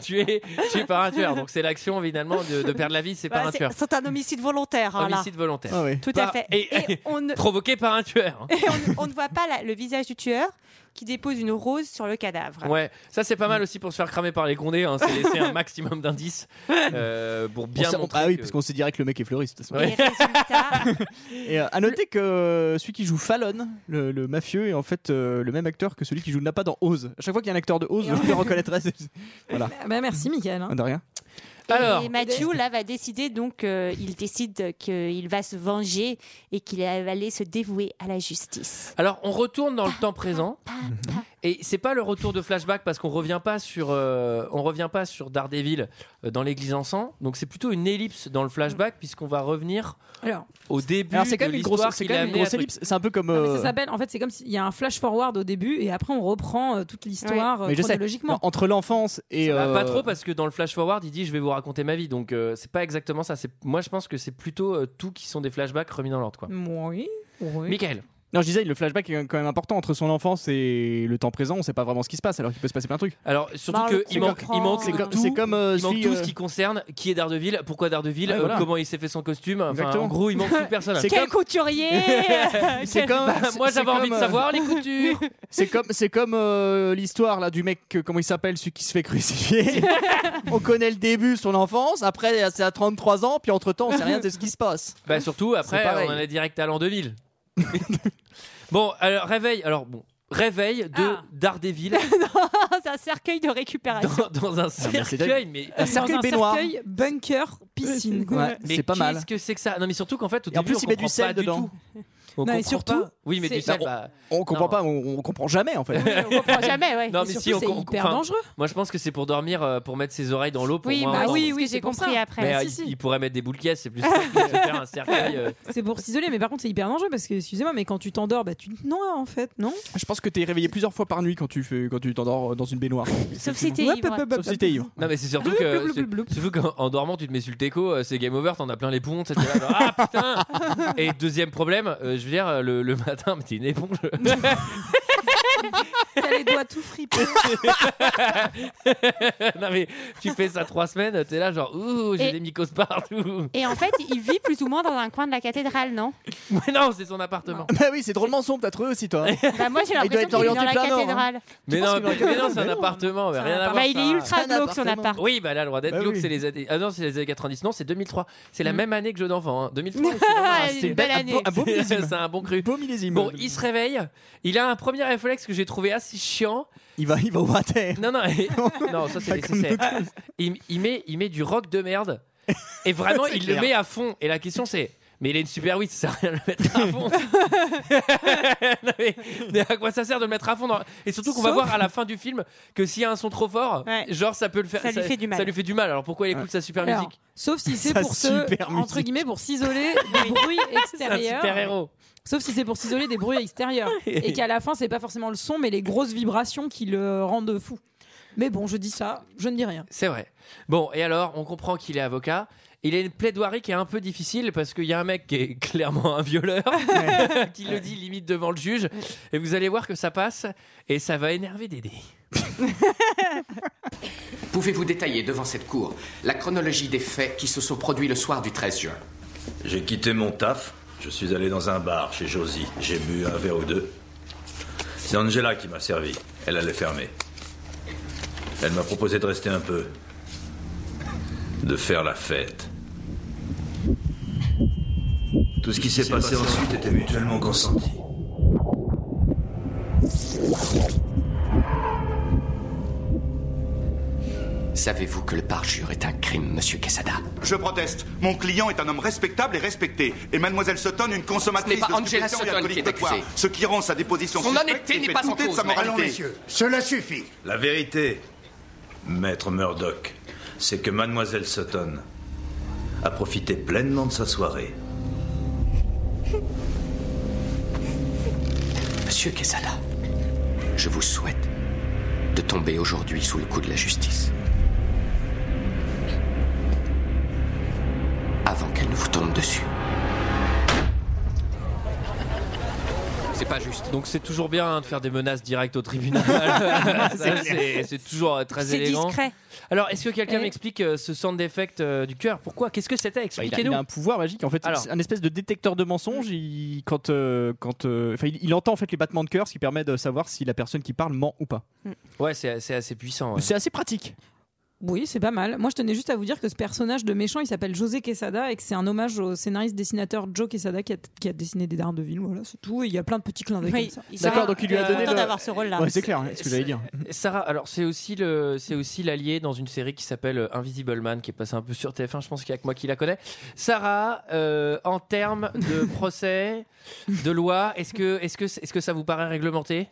tu es tu es par un tueur. Donc c'est l'action finalement de, de perdre la vie, c'est par Voilà, un tueur. c'est c'est un homicide volontaire. hein, là. Homicide volontaire. Ah ouais. Tout à Par- fait. et- Et on ne- Provoqué par un tueur. hein. Et on, on ne voit pas la- le visage du tueur qui dépose une rose sur le cadavre. Ouais, ça c'est pas mal aussi pour se faire cramer par les condés, hein, c'est laisser un maximum d'indices euh, pour On bien sait- on- montrer. ah oui, que- parce qu'on se dirait que le mec est fleuriste. de toute façon. Ouais. Et résultat, Et euh, à noter que euh, celui qui joue Fallon, le, le mafieux, est en fait euh, le même acteur que celui qui joue Napa dans Oz. À chaque fois qu'il y a un acteur de Oz, Et je en- le reconnaîtrai. Ah bah, merci, Michael. hein. De rien. Alors, et Mathieu là va décider donc euh, il décide qu'il va se venger et qu'il va aller se dévouer à la justice. alors on retourne dans le temps présent et c'est pas le retour de flashback parce qu'on revient pas sur euh, on revient pas sur Daredevil euh, dans l'église en sang. Donc c'est plutôt une ellipse dans le flashback puisqu'on va revenir Euh, Alors, au début Alors c'est quand même de une grosse, l'histoire c'est qui quand l'a même une amené à grosse truc. ellipse. C'est un peu comme. non, mais euh, ça s'appelle. En fait, c'est comme s'il y a un flash forward au début et après on reprend euh, toute l'histoire euh, Mais je sais. chronologiquement. entre l'enfance et. Ah, euh, Pas trop parce que dans le flash forward il dit je vais vous raconter ma vie donc euh, c'est pas exactement ça. C'est moi je pense que c'est plutôt euh, tout qui sont des flashbacks remis dans l'ordre quoi. Oui. oui. Michael, Non, je disais, le flashback est quand même important entre son enfance et le temps présent. On sait pas vraiment ce qui se passe alors qu'il peut se passer plein de trucs. alors surtout Bah, on qu'il manque, il comprend. manque C'est de comme, tout. c'est comme euh, Il manque celui, tout euh, ce qui concerne qui est Daredevil, pourquoi Daredevil, Ouais, euh, voilà. comment il s'est fait son costume. Enfin, Exactement. en gros, il manque tout personne. euh, C'est Quel comme- couturier C'est Quel- comme. Bah, moi, c'est j'avais envie comme, de euh, savoir les coutures. C'est comme, c'est comme euh, l'histoire là du mec, euh, comment il s'appelle, celui qui se fait crucifier. on connaît le début, son enfance. Après, c'est à 33 ans, puis entre temps, on sait rien de ce qui se passe. bah, surtout, après, C'est pareil. on en est direct à l'an 2000. bon, alors, réveil. Alors, bon. Réveil de Ah. Daredevil C'est un cercueil de Ah, récupération. dans, dans un mais c'est dingue. cercueil, mais, Un Dans cercueil un baignoire. cercueil, bunker, piscine. quoi. Ouais, mais c'est pas mal. Qu'est-ce que c'est que ça Non, mais surtout qu'en fait, au Et en début, plus, on il met du comprend pas sel du dedans. tout. On Non, et comprend surtout, pas. Oui, mais c'est- tu sais, Bah, bah, On comprend Non. pas, on, on comprend jamais en fait. On comprend jamais, ouais. Non, Et mais surtout, si, on c'est com- hyper enfin, dangereux. Moi, je pense que c'est pour dormir, euh, pour mettre ses oreilles dans l'eau. Pour Oui, moins bah entendre. oui, oui, Parce que j'ai c'est pour compris ça. Mais après. euh, si, il, si. il pourrait mettre des boules de caisse, c'est plus simple que de se faire un cercueil. euh. C'est pour s'isoler, mais par contre, c'est hyper dangereux parce que, excusez-moi, mais quand tu t'endors, bah tu te noies en fait, non Je pense que t'es réveillé plusieurs fois par nuit quand tu fais, quand tu t'endors dans une baignoire. Sauf si t'es Ouais, ivre. hop, hop, hop, Sauf si t'es ivre. Non, mais c'est surtout Bloup, que. bloup, c'est- bloup, bloup. Surtout qu'en en dormant, tu te mets sur le teco, euh, c'est game over, t'en as plein les poumons, t'es là, genre, Ah putain Et deuxième problème, euh, je veux dire, euh, le, le matin, mais t'es une éponge. T'as les doigts tout fripés. non, mais tu fais ça trois semaines, t'es là, genre, ouh, j'ai Et- des mycoses partout. Et en fait, il vit plus ou moins dans un coin de la cathédrale, non mais non, c'est son appartement. Bah oui, c'est drôlement sombre, t'as trouvé aussi toi. Bah moi j'ai doit l'impression être qu'il est dans orienté la plein nord, hein. cathédrale. Mais penses non, qu'il mais, va mais non, c'est un Mais non. appartement, mais C'est un rien à voir. Bah il Ah, ça. est ultra C'est un glauque son appartement. appart. Oui, bah là, le droit d'être Bah glauque, oui. c'est les années. Ah non, c'est les années 90. Non, c'est 2003. C'est la même année que Jeu d'enfant. hein. 2003. aussi. Ah, C'est une une belle belle- année. un beau millésime. c'est un bon cru. Beau millésime. Bon, il se réveille. Il a un premier réflexe que j'ai trouvé assez chiant. il va, il va au water. Non, non, et- non, ça c'est Pas comme nécessaire. Il, il met, il met du rock de merde. Et vraiment, C'est il le clair. met à fond. Et la question c'est. Mais il a une super 8, ça sert à rien de le mettre à fond. Non, mais, mais à quoi ça sert de le mettre à fond dans- Et surtout qu'on va Sauf- voir à la fin du film que s'il y a un son trop fort, Ouais. genre ça peut le faire. Ça lui fait du mal. Ça lui fait du mal. Alors pourquoi il écoute sa super Alors, musique Sauf si c'est Sa pour se, super entre musique. guillemets, pour s'isoler des bruits C'est un super extérieurs. héros. Sauf si c'est pour s'isoler des bruits extérieurs. Et qu'à la fin, c'est pas forcément le son, mais les grosses vibrations qui le rendent fou. Mais bon, je dis ça, je ne dis rien. C'est vrai. Bon, et alors, on comprend qu'il est avocat. Il a une plaidoirie qui est un peu difficile parce qu'il y a un mec qui est clairement un violeur qui le dit limite devant le juge. Et vous allez voir que ça passe et ça va énerver Dédé. Pouvez-vous détailler devant cette cour la chronologie des faits qui se sont produits le soir du 13 juin J'ai quitté mon taf, je suis allé dans un bar chez Josie. J'ai bu un verre ou deux. C'est Angela qui m'a servi. Elle allait fermer. Elle m'a proposé de rester un peu. De faire la fête. Tout ce qui s'est passé, ensuite était mutuellement consenti. Savez-vous que le parjure est un crime, monsieur Quesada Je proteste. Mon client est un homme respectable et respecté. Et mademoiselle Sutton, une consommatrice Ce n'est pas de Angela stupéfiants et Sutton qui est alcoolique de accusée. poire. Ce qui rend sa déposition Son suspecte honnêteté et n'est fait pas en douter de cause, sa mais- moralité. Allons, cela suffit. La vérité, maître Murdoch, c'est que mademoiselle Sutton a profité pleinement de sa soirée. Monsieur Quesada, je vous souhaite de tomber aujourd'hui sous le coup de la justice. Avant qu'elle ne vous tombe dessus. C'est pas juste. Donc c'est toujours bien hein, de faire des menaces directes au tribunal. Ça, c'est c'est toujours euh, très C'est élégant. discret. Alors est-ce que quelqu'un Ouais. m'explique euh, ce sound effect euh, du cœur Pourquoi Qu'est-ce que c'était Bah, il, a, il Expliquez-nous. a un pouvoir magique en fait, Alors. c'est un espèce de détecteur de mensonges. Il, quand, euh, quand, euh, enfin, il, il entend en fait les battements de cœur, ce qui permet de savoir si la personne qui parle ment ou pas. Ouais, c'est c'est assez puissant. ouais. C'est assez pratique. Oui, c'est pas mal. Moi, je tenais juste à vous dire que ce personnage de méchant, il s'appelle José Quesada et que c'est un hommage au scénariste dessinateur Joe Quesada qui a, qui a dessiné des Daredevil. Voilà, c'est tout. Et il y a plein de petits clins d'œil Oui, comme ça. il D'accord, sera donc il lui a euh, donné content le- d'avoir ce rôle-là. ouais, c'est clair, hein, ce que j'allais dire. Sarah, alors c'est aussi le, c'est aussi l'allié dans une série qui s'appelle euh, Invisible Man, qui est passée un peu sur TF1. Je pense qu'il y a que moi qui la connais. Sarah, euh, en termes de procès, de loi, est-ce que, est-ce que, est-ce que ça vous paraît réglementé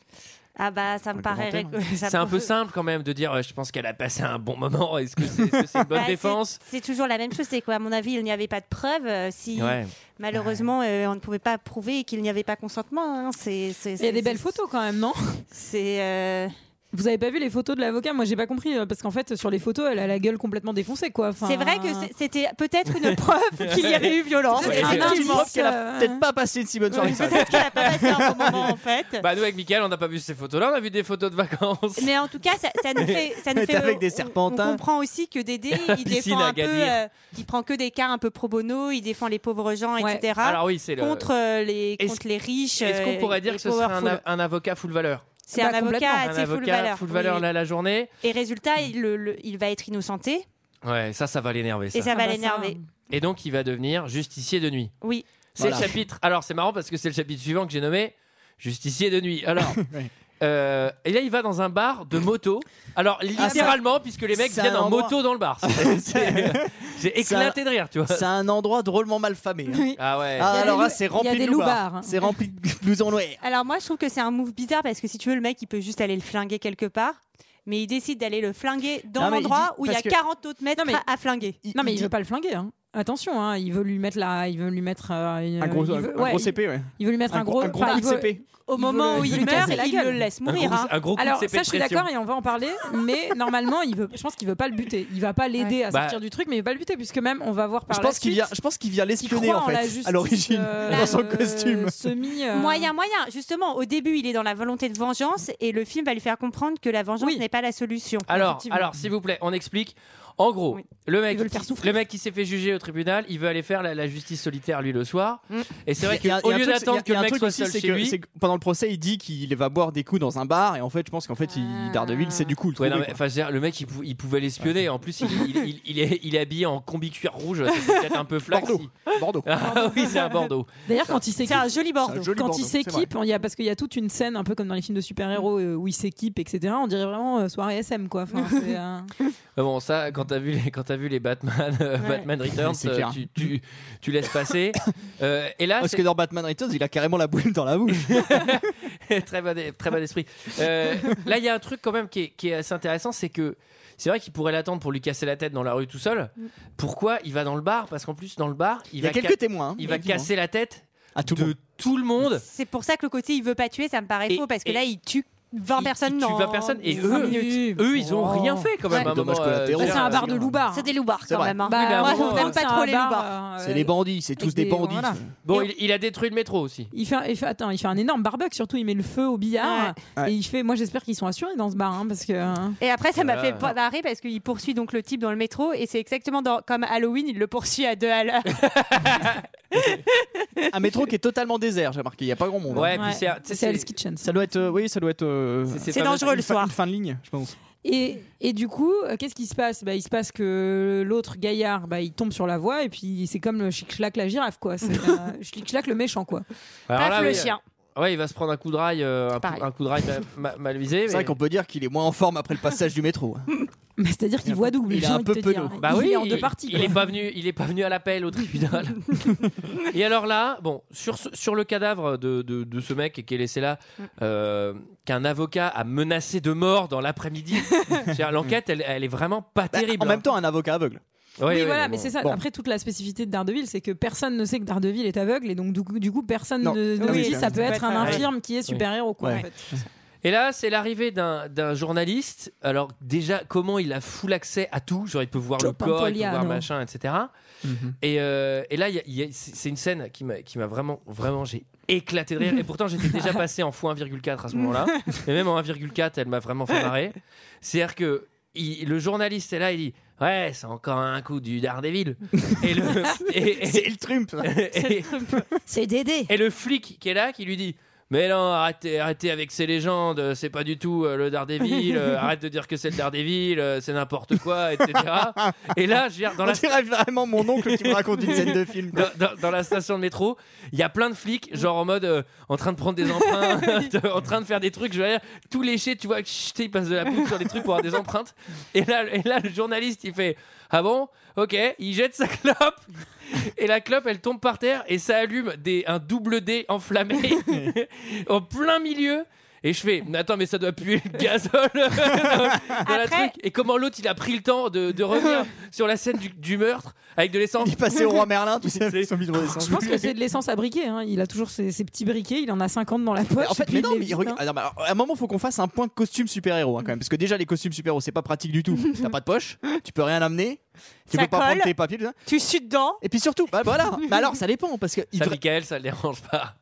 Ah bah ça me paraît. ré- ça hein. C'est un me- peu simple quand même de dire, euh, je pense qu'elle a passé un bon moment. Est-ce que c'est, est-ce que c'est une bonne Bah, c'est- défense C'est toujours la même chose, c'est quoi À mon avis, il n'y avait pas de preuves. euh, si Ouais. malheureusement euh, on ne pouvait pas prouver qu'il n'y avait pas consentement, hein. c'est Il c'est- y a c'est- des belles c'est- photos quand même, non C'est euh, Vous avez pas vu les photos de l'avocat Moi, j'ai pas compris euh, parce qu'en fait, sur les photos, elle a la gueule complètement défoncée, quoi. Enfin, c'est vrai que c'est- c'était peut-être une preuve qu'il y avait eu violence. Ouais, Un c'est- indice. c'est- Sauf qu'elle a euh, peut-être pas passé une si bonne soirée. que ça. Peut-être qu'elle a pas passé un bon moment en fait. Bah nous avec Michael, on n'a pas vu ces photos-là, on a vu des photos de vacances. Mais en tout cas, ça, ça nous fait. Ça nous Mais fait avec des on- serpentins. On comprend aussi que Dédé, il Piscine défend à un peu. Gadir. euh, il prend que des cas un peu pro bono, il défend les pauvres gens, Ouais. etc. Alors oui, c'est le. contre, euh, les, Est-ce- contre les riches. Est-ce euh, qu'on pourrait dire les que ce serait un, powerful. Ah, av- un avocat full valeur C'est Bah, un avocat complètement. Un assez full avocat valeur. full oui. valeur là, la journée Et résultat, il, le- le- il va être innocenté Ouais, ça, ça va l'énerver. et ça Ah va bah, l'énerver. Et donc, il va devenir justicier de nuit. Oui. C'est Voilà. le chapitre. Alors, c'est marrant parce que c'est le chapitre suivant que j'ai nommé Justicier de nuit. Alors, Ouais. Euh, et là, il va dans un bar de moto. Alors, littéralement, puisque les mecs Ah, c'est viennent un en endroit- moto dans le bar. C'est- c'est- J'ai éclaté de rire, tu vois. C'est un endroit drôlement mal famé. hein. Ah ouais. Ah, Il y alors a des là, loups- c'est il y a rempli des de loupards, hein. loupards. C'est rempli de blousons noirs. Alors moi, je trouve que c'est un move bizarre parce que si tu veux, le mec, il peut juste aller le flinguer quelque part. Mais il décide d'aller le flinguer dans Non, mais il l'endroit dit- où il y a parce que- 40 autres Non, mètres mais- à- à flinguer. non, mais il, veut pas le flinguer. hein. Attention, hein, il veut lui mettre la, il veut lui mettre euh, une- Un gros- il un- veut- un gros il- CP, ouais. Il veut lui mettre un, Un gros- gros, un gros enfin, il coup de veut- CP. Au veut moment le- où il veut il lui meurt, casser la il gueule. le laisse mourir. Ah, hein. Alors ça, je suis d'accord et on va en parler. Mais normalement, il veut, je pense qu'il veut pas le buter. Il va pas l'aider à Bah. sortir du truc, mais il veut pas le buter puisque même on va voir par Je la pense qu'il suite. vient, je pense qu'il vient qu'il l'espionner croit en en la fait, justice, à l'origine, euh, dans son euh, costume. semi, euh, Moyen, moyen. Justement, au début, il est dans la volonté de vengeance et le film va lui faire comprendre que la vengeance n'est pas la solution. Alors, alors s'il vous plaît, on explique. En gros, le, mec, veut le qui- faire souffrir. le mec qui s'est fait juger au tribunal, il veut aller faire la, la justice solitaire lui le soir. Mm. Et c'est vrai Il y a- il qu'au y a un lieu truc, il y d'attendre a- que il y a le un mec truc soit aussi, seul c'est chez que- lui. c'est que pendant le procès, il dit qu'il va boire des coups dans un bar et en fait, je pense qu'en fait, il, Ah. Daredevil, c'est du coup Ah, le Ouais, non, trouble, mais, enfin, je veux dire, le mec, il, pou- il pouvait l'espionner. En plus, il, il- il- il est, il est habillé en combi cuir rouge. C'est peut-être un peu flax. Bordeaux. Bordeaux. Ah oui, c'est à Bordeaux. D'ailleurs, quand il s'équipe, un joli Bordeaux. joli quand Bordeaux, il c'est s'équipe, il y a parce qu'il y a toute une scène un peu comme dans les films de super-héros euh, où il s'équipe, etc. On dirait vraiment euh, soirée SM quoi. Enfin, c'est, euh, Mais bon, ça, quand t'as vu les, quand t'as vu les Batman, euh, Ouais. Batman Returns, C'est euh, clair. tu, tu, tu laisses passer. Euh, et là, Parce c'est- que dans Batman Returns, il a carrément la boule dans la bouche. très bon, très bon esprit. Euh, là, il y a un truc quand même qui est, qui est assez intéressant, c'est que c'est vrai qu'il pourrait l'attendre pour lui casser la tête dans la rue tout seul. Pourquoi il va dans le bar Parce qu'en plus, dans le bar, il, Mm. Il y va a quelques ca- témoins, hein, il va effectivement. casser la tête tout de tout le monde. C'est pour ça que le côté il veut pas tuer, ça me paraît faux parce que là, il tue 20 personnes. Tu en vas personne et cinq eux, minutes. eux, ils ont rien fait quand même. Oh. Ouais. à un Dommage moment, collatéraux. euh, C'est un bar de Ah. loupards. C'est des loupards C'est quand vrai. même. hein. Bah, Oui, mais à un Moi, moment, euh, je n'aime c'est pas trop les bar, loupards. Ah euh, C'est les bandits, c'est tous des, des- bandits. voilà. Bon, il, il a détruit le métro aussi. Il fait, un- il fait- attends, il fait un énorme barbecue, surtout il met le feu au hein. billard. Ouais. Et il fait, moi j'espère qu'ils sont assurés dans ce bar, hein, parce que. Et après, ça m'a Euh. Voilà. fait pas marrer parce qu'il poursuit donc le type dans le métro et c'est exactement dans- comme Halloween, il le poursuit à deux à l'heure. Un métro qui est totalement désert, j'ai remarqué, il y a pas grand monde. hein. Ouais, puis Ouais. c'est- tu sais, C'est Hell's c'est- Kitchen. Ça doit être euh, oui, ça doit être euh, C'est- c'est C'est pas dangereux mal- Eh le une fin- soir. Une fin de ligne, je pense. Et, et du coup, euh, qu'est-ce qui se passe bah, Il se passe que l'autre gaillard, bah, il tombe sur la voie et puis c'est comme le chic-clac la girafe, quoi. C'est euh, chic-clac le méchant, quoi. Alors là, le oui, chien. euh, Ouais, il va se prendre un coup de rail, euh, un, coup- un coup de rail ma- ma- mal visé. C'est vrai mais- qu'on peut dire qu'il est moins en forme après le passage du métro. Mais Bah, c'est-à-dire qu'il voit double. il j'ai est un envie de peu te dire. penaud. Bah il oui, est en deux parties. Il quoi. est pas venu, il est pas venu à l'appel au tribunal. et alors là, bon, sur ce- sur le cadavre de, de, de ce mec qui est laissé là, Mm. euh, qu'un avocat a menacé de mort dans l'après-midi. C'est-à-dire, L'enquête, elle, elle est vraiment pas terrible. Bah, hein. En même temps, un avocat aveugle. Ouais, oui, ouais, voilà, bon. mais c'est ça. Bon. Après, toute la spécificité de Daredevil, c'est que personne ne sait que Daredevil est aveugle, et donc du coup, du coup personne Non. ne, ne Oui, se dit oui, ça oui. peut être un Ouais. infirme qui est Oui. super-héros, quoi. Ouais. En fait. Et là, c'est l'arrivée d'un d'un journaliste. Alors déjà, comment il a full accès à tout Genre, il peut voir Joe le corps, il peut voir Pampoliano. machin, etc. Et, euh, et là, il y a- il y a- c'est c'est une scène qui m'a qui m'a vraiment, vraiment, j'ai éclaté de rire. Et pourtant, j'étais déjà passé en x1,4 à ce moment-là. Mais même en 1,4, elle m'a vraiment fait marrer. C'est-à-dire que il- le journaliste est là, il dit Ouais, c'est encore un coup du Daredevil. Et le, C'est le Trump. C'est Dédé. Et le flic qui est là, qui lui dit Mais non, arrêtez, arrêtez avec ces légendes, euh, c'est pas du tout euh, le Daredevil, euh, arrête de dire que c'est le Daredevil, euh, c'est n'importe quoi, etc. Et là, je veux dire, dans On la dirait vraiment mon oncle qui me raconte une scène de film. dans, dans- dans la station de métro, il y a plein de flics, genre en mode euh, en train de prendre des empreintes, en train de faire des trucs, je veux dire, tout léché, tu vois, chut, ils passent de la poudre sur des trucs pour avoir des empreintes. Et là, et là, le journaliste, il fait Ah bon Ok, il jette sa clope, et la clope, elle tombe par terre, et ça allume des, un double D enflammé en plein milieu. Et je fais, mais attends, mais ça doit puer le gazole dans- dans la truc. Et comment l'autre, il a pris le temps de, de revenir sur la scène du, du meurtre avec de l'essence. Il passait au roi Merlin, tu sais, avec son bidon d'essence. Je pense que c'est de l'essence à briquet. hein. Il a toujours ses, ses petits briquets. Il en a 50 dans la poche. Mais en fait, et puis mais il non, les mais il vide, regarde- hein. ah, non, mais alors, à un moment, faut qu'on fasse un point de costume super-héros hein, quand même, parce que déjà les costumes super-héros, c'est pas pratique du tout. T'as pas de poche, tu peux rien amener, tu Ça peux pas colle. prendre tes papiers, tout ça. Tu sues dedans, Et puis surtout, bah voilà. Mais alors, ça dépend parce que il Ça, devrait- Michael, ça le dérange pas.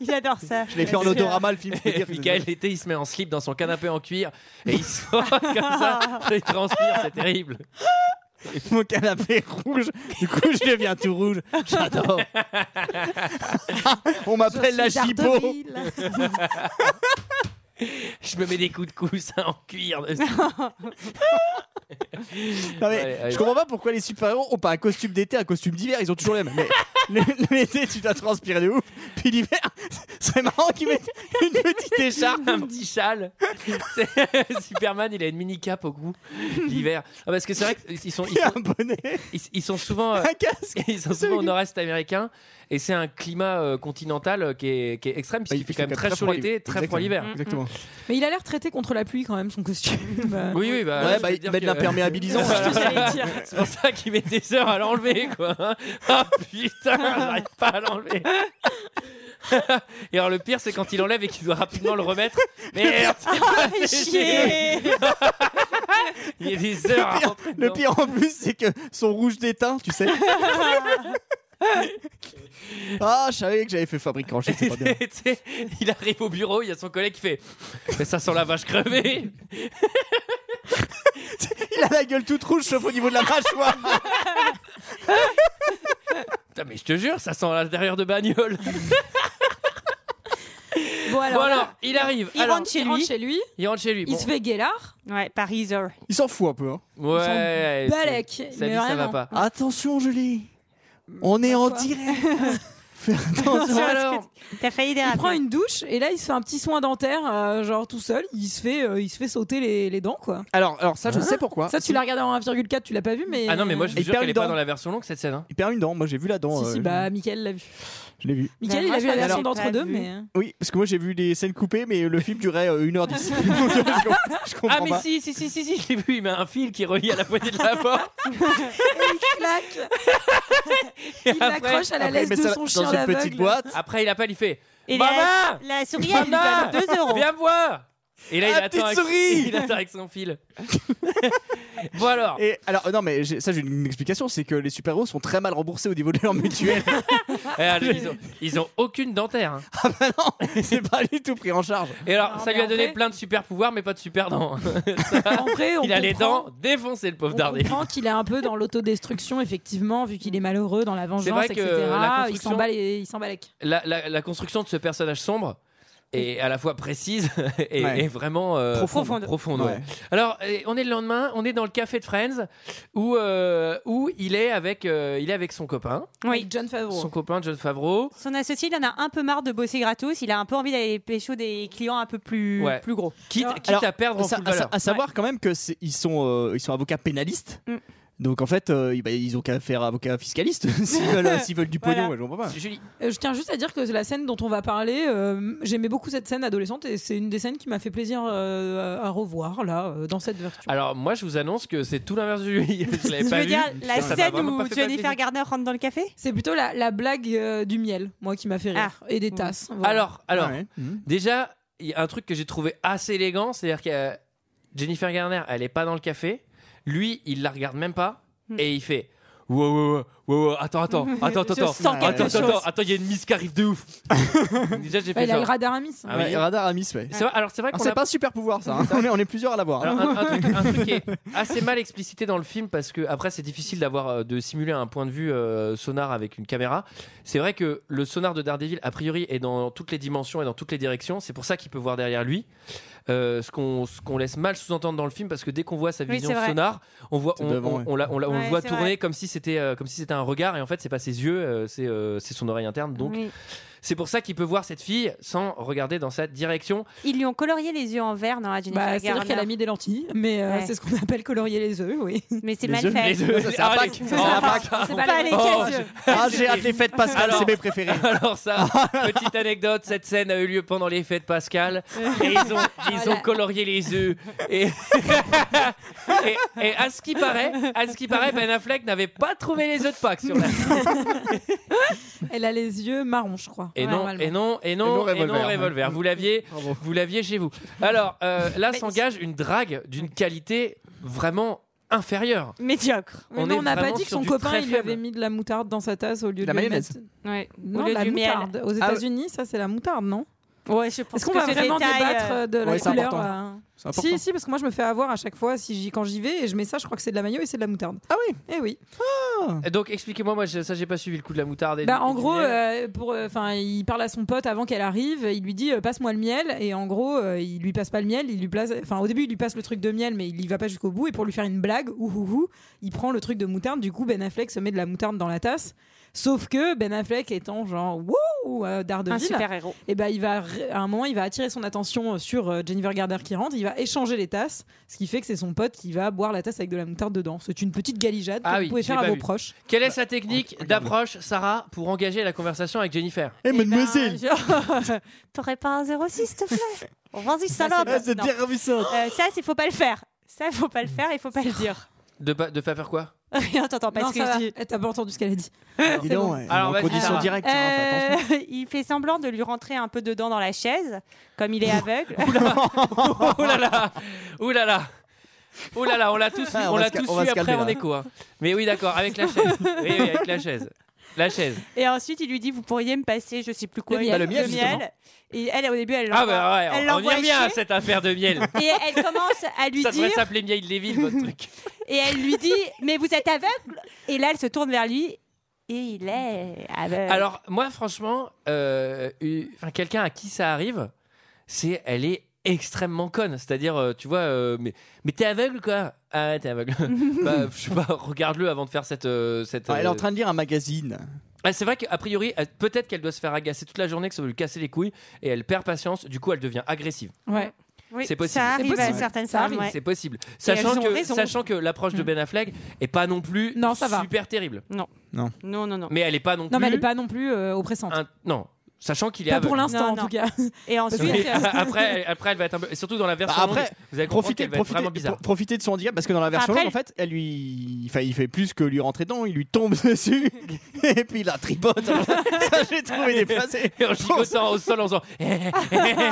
il adore ça. je l'ai fait en odorama le film. je peux dire. Michael, l'été, il se met en slip dans son canapé en cuir et il sort comme ça. Il transpire, c'est terrible. Mon canapé est rouge, du coup, je deviens tout rouge. J'adore. On m'appelle la Oh. chipot. Je me mets des coups de coussin en cuir dessus. Non, mais Allez, allez. je comprends pas pourquoi les super-héros ont pas un costume d'été, un costume d'hiver, ils ont toujours les mêmes. Mais le- le- l'été, tu dois transpirer de ouf, puis l'hiver, Ce serait marrant qu'ils mettent une petite écharpe. Un petit châle. C'est- Superman, il a une mini cape au cou l'hiver. Ah, parce que c'est vrai qu'ils sont, ils, sont ils, ils sont souvent, euh, ils sont souvent au nord-est américain et c'est un climat euh, continental euh, qui est, qui est extrême Bah, puisqu'il fait quand même très, chaud l'été, très froid l'hiver. Mmh. Exactement. Mais il a l'air traité contre la pluie quand même, son costume. Euh, Oui, oui, bah, Ouais, je bah, veux il dire met de que- l'imperméabilisant. C'est ce que j'allais dire. C'est pour ça qu'il met des heures à l'enlever, quoi. Ah putain, j'arrive pas à l'enlever. Et alors, le pire, c'est quand il enlève et qu'il doit rapidement le remettre. Merde, c'est Ah, pas chier. séché. Il y a des heures à rentrer Le dedans. pire en plus, c'est que son rouge déteint, tu sais. Ah, je savais que j'avais fait fabricant, je sais pas bien. Tu sais, il arrive au bureau, il y a son collègue qui fait Mais ça sent la vache crevée Il a la gueule toute rouge, sauf au niveau de la mâchoire. Putain, mais je te jure, ça sent l'intérieur de bagnole Bon, alors, Bon, alors, là, il arrive. Il Alors, rentre chez il lui. rentre chez Il rentre chez lui. Il Bon. se fait guélard. Ouais, Pariser. Il s'en fout un peu. Hein. Ouais. c'est- balèque, ça mais dit, ça va vraiment. pas. Ah. Attention, Julie. On est en direct. Fais attention. T'as failli Il prend une douche et là il se fait un petit soin dentaire, euh, genre tout seul. Il se fait, euh, il se fait sauter les, les dents quoi. Alors, alors ça, je Hein sais pourquoi. Ça, tu l'as regardé en 1,4, tu l'as pas vu, mais. Ah non, mais moi je vous Il jure perd qu'elle une est pas dent. dans la version longue cette scène. hein. Il perd une dent. Moi, j'ai vu la dent. Si, si, euh, bah, Michael l'a vu. Je l'ai vu. Michael, Bah, il moi, a je vu la l'avais version pas d'entre deux, vu. mais. hein. Oui, parce que moi j'ai vu les scènes coupées, mais le film durait euh, 1h10. je comprends Ah mais pas. si si si si si je l'ai vu il met un fil qui relie à la poignée de la porte Il claque et Il après- l'accroche à la Après, il laisse met de ça son dans chien une petite d'aveugle. boîte. après il appelle il fait Et maman la, la souris, elle lui maman donne 2 euros. viens me voir et là il Ah, attend petite avec, souris il attend avec son fil bon Ah. alors Et alors, non, mais j'ai- ça, j'ai une explication c'est que les super-héros sont très mal remboursés au niveau de leur mutuelle. eh, alors, ils, ont, ils ont aucune dentaire hein. Ah, bah c'est pas du tout pris en charge. et alors Non, ça mais lui a en donné vrai- plein de super pouvoirs mais pas de super dents En vrai, on il a les comprend- dents défoncées le pauvre On Dardé comprend qu'il est un peu dans l'autodestruction, effectivement, vu qu'il est malheureux dans la vengeance, vrai que, etc. euh, la Il construction- s'en bat les- il s'en bat les couilles. la, la- la construction de ce personnage sombre est à la fois précise et, Ouais. et vraiment euh, Profonde. profonde. profonde, ouais. Ouais. Alors, eh, on est le lendemain, on est dans le café de Friends où, euh, où il, est avec, euh, il est avec son copain, Oui. Avec John Oh. Favreau. son copain John Favreau. Son associé, il en a un peu marre de bosser gratos. Il a un peu envie d'aller pécho des clients un peu plus, Ouais. plus gros. Quitte, Alors- quitte Alors, à perdre en Ça- full à, sa- valeur. à savoir quand même que c'est- ils sont euh, ils sont avocats pénalistes. Mm. Donc en fait, euh, bah, ils ont qu'à faire avocat fiscaliste s'ils veulent, euh, s'ils veulent du pognon, Voilà. ouais, je comprends pas. Julie, Euh, Je tiens juste à dire que la scène dont on va parler, euh, j'aimais beaucoup cette scène adolescente et c'est une des scènes qui m'a fait plaisir euh, à revoir là euh, dans cette version. alors moi je vous annonce que c'est tout l'inverse de Julie. Bah Je l'avais Je pas veux vu. dire, la Ça m'a scène vraiment où pas fait Jennifer plaisir. Garner rentre dans le café C'est plutôt la, la blague euh, du miel, moi, qui m'a fait Ah. rire. et des Mmh. tasses. voilà. Alors, alors Ouais. Mm. déjà, il y a un truc que j'ai trouvé assez élégant, c'est-à-dire que euh, Jennifer Garner, elle est pas dans le café. Lui, il la regarde même pas Hmm. et il fait. Wow, wow, wow, wow, wow, attends, attends, attends, attends, Je attends, sens attends, quelque Ah, attends, chose. attends, attends, il y a une mise qui arrive de ouf. Déjà, j'ai Ouais, fait il a genre- le radar à Miss. Ah oui. Ouais, Radar Amis, ouais. C'est vrai- alors c'est vrai Alors, qu'on C'est a- pas un super pouvoir ça. hein. on, est, on est plusieurs à l'avoir. Alors, un, un truc, un truc qui est assez mal explicité dans le film parce que après c'est difficile d'avoir euh, de simuler un point de vue euh, sonar avec une caméra. C'est vrai que le sonar de Daredevil a priori est dans toutes les dimensions et dans toutes les directions. C'est pour ça qu'il peut voir derrière lui. Euh, ce qu'on ce qu'on laisse mal sous-entendre dans le film parce que dès qu'on voit sa Oui, vision c'est vrai. sonar, on voit C'est on, devant, on- ouais. on la- on la- on le Ouais, voit c'est tourner vrai. comme si c'était euh, comme si c'était un regard et en fait c'est pas ses yeux, euh, c'est euh, c'est son oreille interne. Donc Oui. c'est pour ça qu'il peut voir cette fille sans regarder dans sa direction. Ils lui ont colorié les yeux en vert dans la Jennifer Bah, Garner. C'est-à-dire qu'elle a mis des lentilles, mais euh, Ouais. c'est ce qu'on appelle colorier les œufs, oui. Mais c'est Les mal yeux, fait. Les deux, c'est à ah, Pâques. les- C'est oh, à Pâques. C'est Pas, pas les les- Oh, quatre yeux. Ah, j'ai hâte les fêtes Pascal, Alors- c'est mes préférés. Alors ça, Oh petite anecdote, cette scène a eu lieu pendant les fêtes Pascal et ils ont, ils ont Voilà. colorié les œufs. Et, et, et à ce qui paraît, à ce qui paraît, Ben Affleck n'avait pas trouvé les œufs de Pâques sur la. Elle a les yeux marrons, je crois. Et Ouais, non, normalement. et non, et non, Et non, et non revolver. revolver. Vous l'aviez, vous l'aviez chez vous. Alors euh, là Mais- s'engage une drague d'une qualité vraiment inférieure. Médiocre. Mais on non, est on n'a pas vraiment dit que sur son du copain très il lui avait faible. mis de la moutarde dans sa tasse au lieu de la lui mayonnaise. Ah mettre- Ouais. Non, Au lieu la du miel. moutarde. Aux États-Unis, ça c'est la moutarde, non Ouais, je pense Est-ce qu'on que va ce vraiment détail, débattre euh, euh, de la Ouais, c'est couleur important. euh, C'est important. Si, si, parce que moi je me fais avoir à chaque fois si j'y- quand j'y vais et je mets ça, je crois que c'est de la mayo et c'est de la moutarde. Ah oui. Eh oui. Donc expliquez-moi, moi je- ça j'ai pas suivi le coup de la moutarde. et Bah, du- et en du gros, miel. euh, pour, enfin, il parle à son pote avant qu'elle arrive. Il lui dit euh, passe-moi le miel et en gros, euh, il lui passe pas le miel. Il lui place, enfin, au début, il lui passe le truc de miel, mais il y va pas jusqu'au bout. Et pour lui faire une blague, ouh, ouh, ouh, il prend le truc de moutarde. Du coup, Ben Affleck se met de la moutarde dans la tasse. Sauf que Ben Affleck étant genre wow ou euh, Daredevil, Un super-héros. Et ben il va ré- à un moment il va attirer son attention sur euh, Jennifer Garner qui rentre, il va échanger les tasses, ce qui fait que c'est son pote qui va boire la tasse avec de la moutarde dedans. C'est une petite galijade que Ah oui, vous pouvez je faire l'ai à pas vos vu. proches. Quelle Bah, est sa technique d'approche, Sarah, pour engager la conversation avec Jennifer Eh, mademoiselle ben, T'aurais pas un 06, s'il te plaît Vas-y, salope Ah, c'est Non. déravissant. Euh, Ça, il faut pas le faire. Ça, il faut pas le faire, il faut pas le dire. De, pas- de pas faire quoi Rien, t'entends pas Non, ce que ça je va. dis. Eh, T'as pas entendu ce qu'elle a dit. Dis donc, ouais, Alors, en vas-y, condition Sarah. directe, Sarah, fais attention. Euh, il fait semblant de lui rentrer un peu dedans dans la chaise, comme il est aveugle. Oh là là Oh là là Oh là là, on l'a tous, Ah, on on va l'a se cal- tous on va eu se calmer, après en là. écho. hein. Mais oui, d'accord, avec la chaise. Oui, oui, avec la chaise. La chaise. Et ensuite, il lui dit Vous pourriez me passer, je sais plus quoi, Le miel. Bah, le le miel, justement. Et elle, au début, elle Ah l'envoie- bah ouais, elle on y l'envoie revient chier. à cette affaire de miel. Et elle commence à lui Ça devrait dire s'appeler Miel Léville, votre truc. et elle lui dit mais vous êtes aveugle et là elle se tourne vers lui et il est aveugle. Alors, moi, franchement, euh, eu- enfin, quelqu'un à qui ça arrive, c'est elle est extrêmement conne. C'est-à-dire, euh, tu vois, euh, mais, mais t'es aveugle, quoi Ah ouais, t'es aveugle. bah, je sais pas, regarde-le avant de faire cette. euh, cette Ah, Elle est en euh, train de lire un magazine. Ah, c'est vrai qu'a priori, euh, peut-être qu'elle doit se faire agacer toute la journée, que ça veut lui casser les couilles, et elle perd patience, du coup elle devient agressive. Ouais. Oui, c'est possible. Ça arrive C'est à possible. certaines Ça femmes, arrive. ouais. C'est possible. elles Sachant ont que, raison. sachant que l'approche de Mm. Ben Affleck est pas non plus Non, ça va. super terrible. Non non non. Mais elle est pas non plus. Non mais elle est pas non plus euh, oppressante. un- Non, sachant qu'il est Pas aveugle. pour l'instant Non, en non. tout cas. Et Mais ensuite euh, après, elle- après, elle va être un peu. et Surtout dans la version. Bah, après, longue, vous allez comprendre Profitez, qu'elle va être profitez, vraiment bizarre. pro- profitez de son handicap parce que dans la version Après, longue, en fait, elle lui, enfin, il fait plus que lui rentrer dedans, il lui tombe dessus et puis il la tripote. hein. Ça, j'ai trouvé déplacé. Et en chicotant au sol en faisant. oui,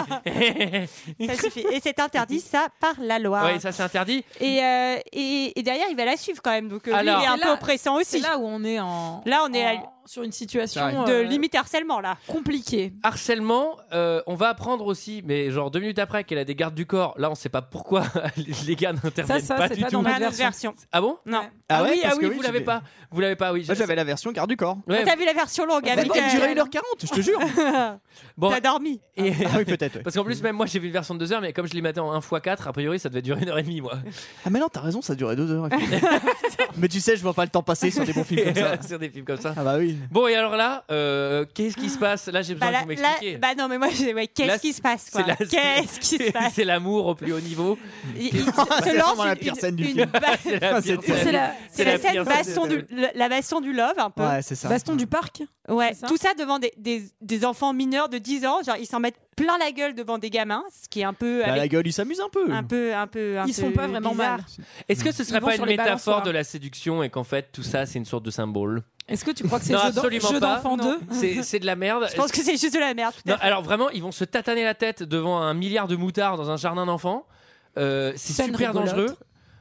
ça suffit. Et c'est interdit ça par la loi. ça c'est interdit. Et, euh, et, et derrière il va la suivre quand même donc euh, lui, Alors- il est un C'est peu là- oppressant C'est aussi. là où on est en. Là, on est en- sur une situation Ouais. De euh, limite harcèlement là. compliquée. Harcèlement, euh, on va apprendre aussi, mais genre deux minutes après qu'elle a des gardes du corps. Là, on sait pas pourquoi les gardes Ça, n'interviennent ça, pas c'est du pas tout. dans Dans notre la version. version. Ah bon Non. Ah, oui, parce ah que oui, vous l'avez j'avais- pas. Vous l'avez pas, oui. Moi, j'ai- j'avais la version garde du corps. Ouais, T'as vu la version longue Elle avec elle euh, durait 1h40, je te jure. bon, T'as dormi. et- Ah oui, peut-être. ouais. Parce qu'en plus, même moi, j'ai vu une version de 2 heures, mais comme je l'ai maté en 1x4, a priori, ça devait durer une heure et demie, moi. Ah, mais non, t'as raison, ça durait 2 heures. mais tu sais, je vois pas le temps passer sur des bons films comme ça. Sur des films comme ça. Ah bah oui. Bon, et alors là, euh, qu'est-ce qui se passe Là, j'ai besoin Bah, que là, vous là- m'expliquiez. bah non mais moi j'ai- ouais, Là, qu'est-ce qui se passe quoi c'est la- Qu'est-ce qui se passe C'est l'amour au plus haut niveau. Il, il se- C'est se vraiment lance une, la pire scène du une- film. ba- C'est la, C'est- pire- C'est la c'est la la scène pire baston scène. du, le- la baston du love un peu. Ouais. Ouais, c'est ça. baston du parc. c'est ça Tout ça devant des, des, des enfants mineurs de 10 ans, genre ils s'en mettent plein la gueule devant des gamins, ce qui est un peu Bah, la avec- gueule, il s'amuse un peu. un peu un peu un Ils peu sont pas vraiment Ah, bizarre. mal. Est-ce que ce serait Ils vont pas sur une les métaphore balançoires. de la séduction et qu'en fait, tout ça, c'est une sorte de symbole Est-ce que tu crois que c'est Non, jeu d'en- absolument jeu pas. d'enfant Non. 2 C'est c'est de la merde. Je pense que c'est juste de la merde. tout à Non, alors vraiment, ils vont se tataner la tête devant un milliard de moutards dans un jardin d'enfants. Euh, c'est Scène super rigolote. dangereux.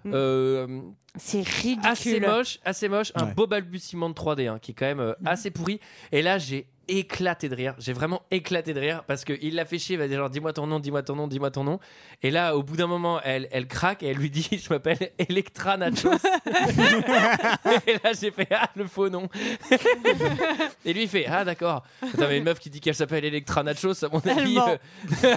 Mm. Euh, fait. C'est ridicule. assez Ah, moche, assez moche, un Ouais. beau balbutiement de 3D hein, qui est quand même euh, assez pourri. Et là, j'ai éclaté de rire. J'ai vraiment éclaté de rire parce que il l'a fait chier. Il va dire genre, dis-moi ton nom, dis-moi ton nom, dis-moi ton nom. Et là, au bout d'un moment, elle, elle craque et elle lui dit, je m'appelle Electra Nachos. et là, j'ai fait ah le faux nom. et lui il fait ah d'accord. Attends mais une meuf qui dit qu'elle s'appelle Electra Nachos, à mon Elle avis. ment. euh,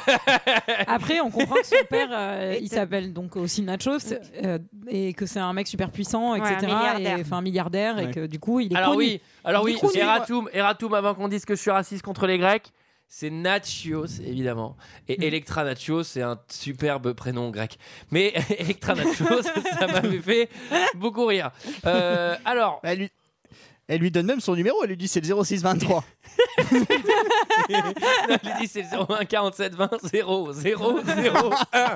Après, on comprend que son père, euh, il s'appelle donc aussi Nachos euh, et que c'est un mec super puissant, Ouais, un etc. milliardaire. et- Enfin, un milliardaire et Ouais. que du coup, il est Alors connu. oui, alors Il est oui, connu. Eratum, Eratum avant qu'on dise que je suis raciste contre les Grecs, c'est Nachios évidemment. Hmm. Et Electra Nachios, c'est un superbe prénom grec. Mais Electra Nachios, ça m'avait fait beaucoup rire. Euh, alors, Elle lui... elle lui donne même son numéro, elle lui dit c'est le 0623. il dit c'est le 01 47 20 0 0 0 1.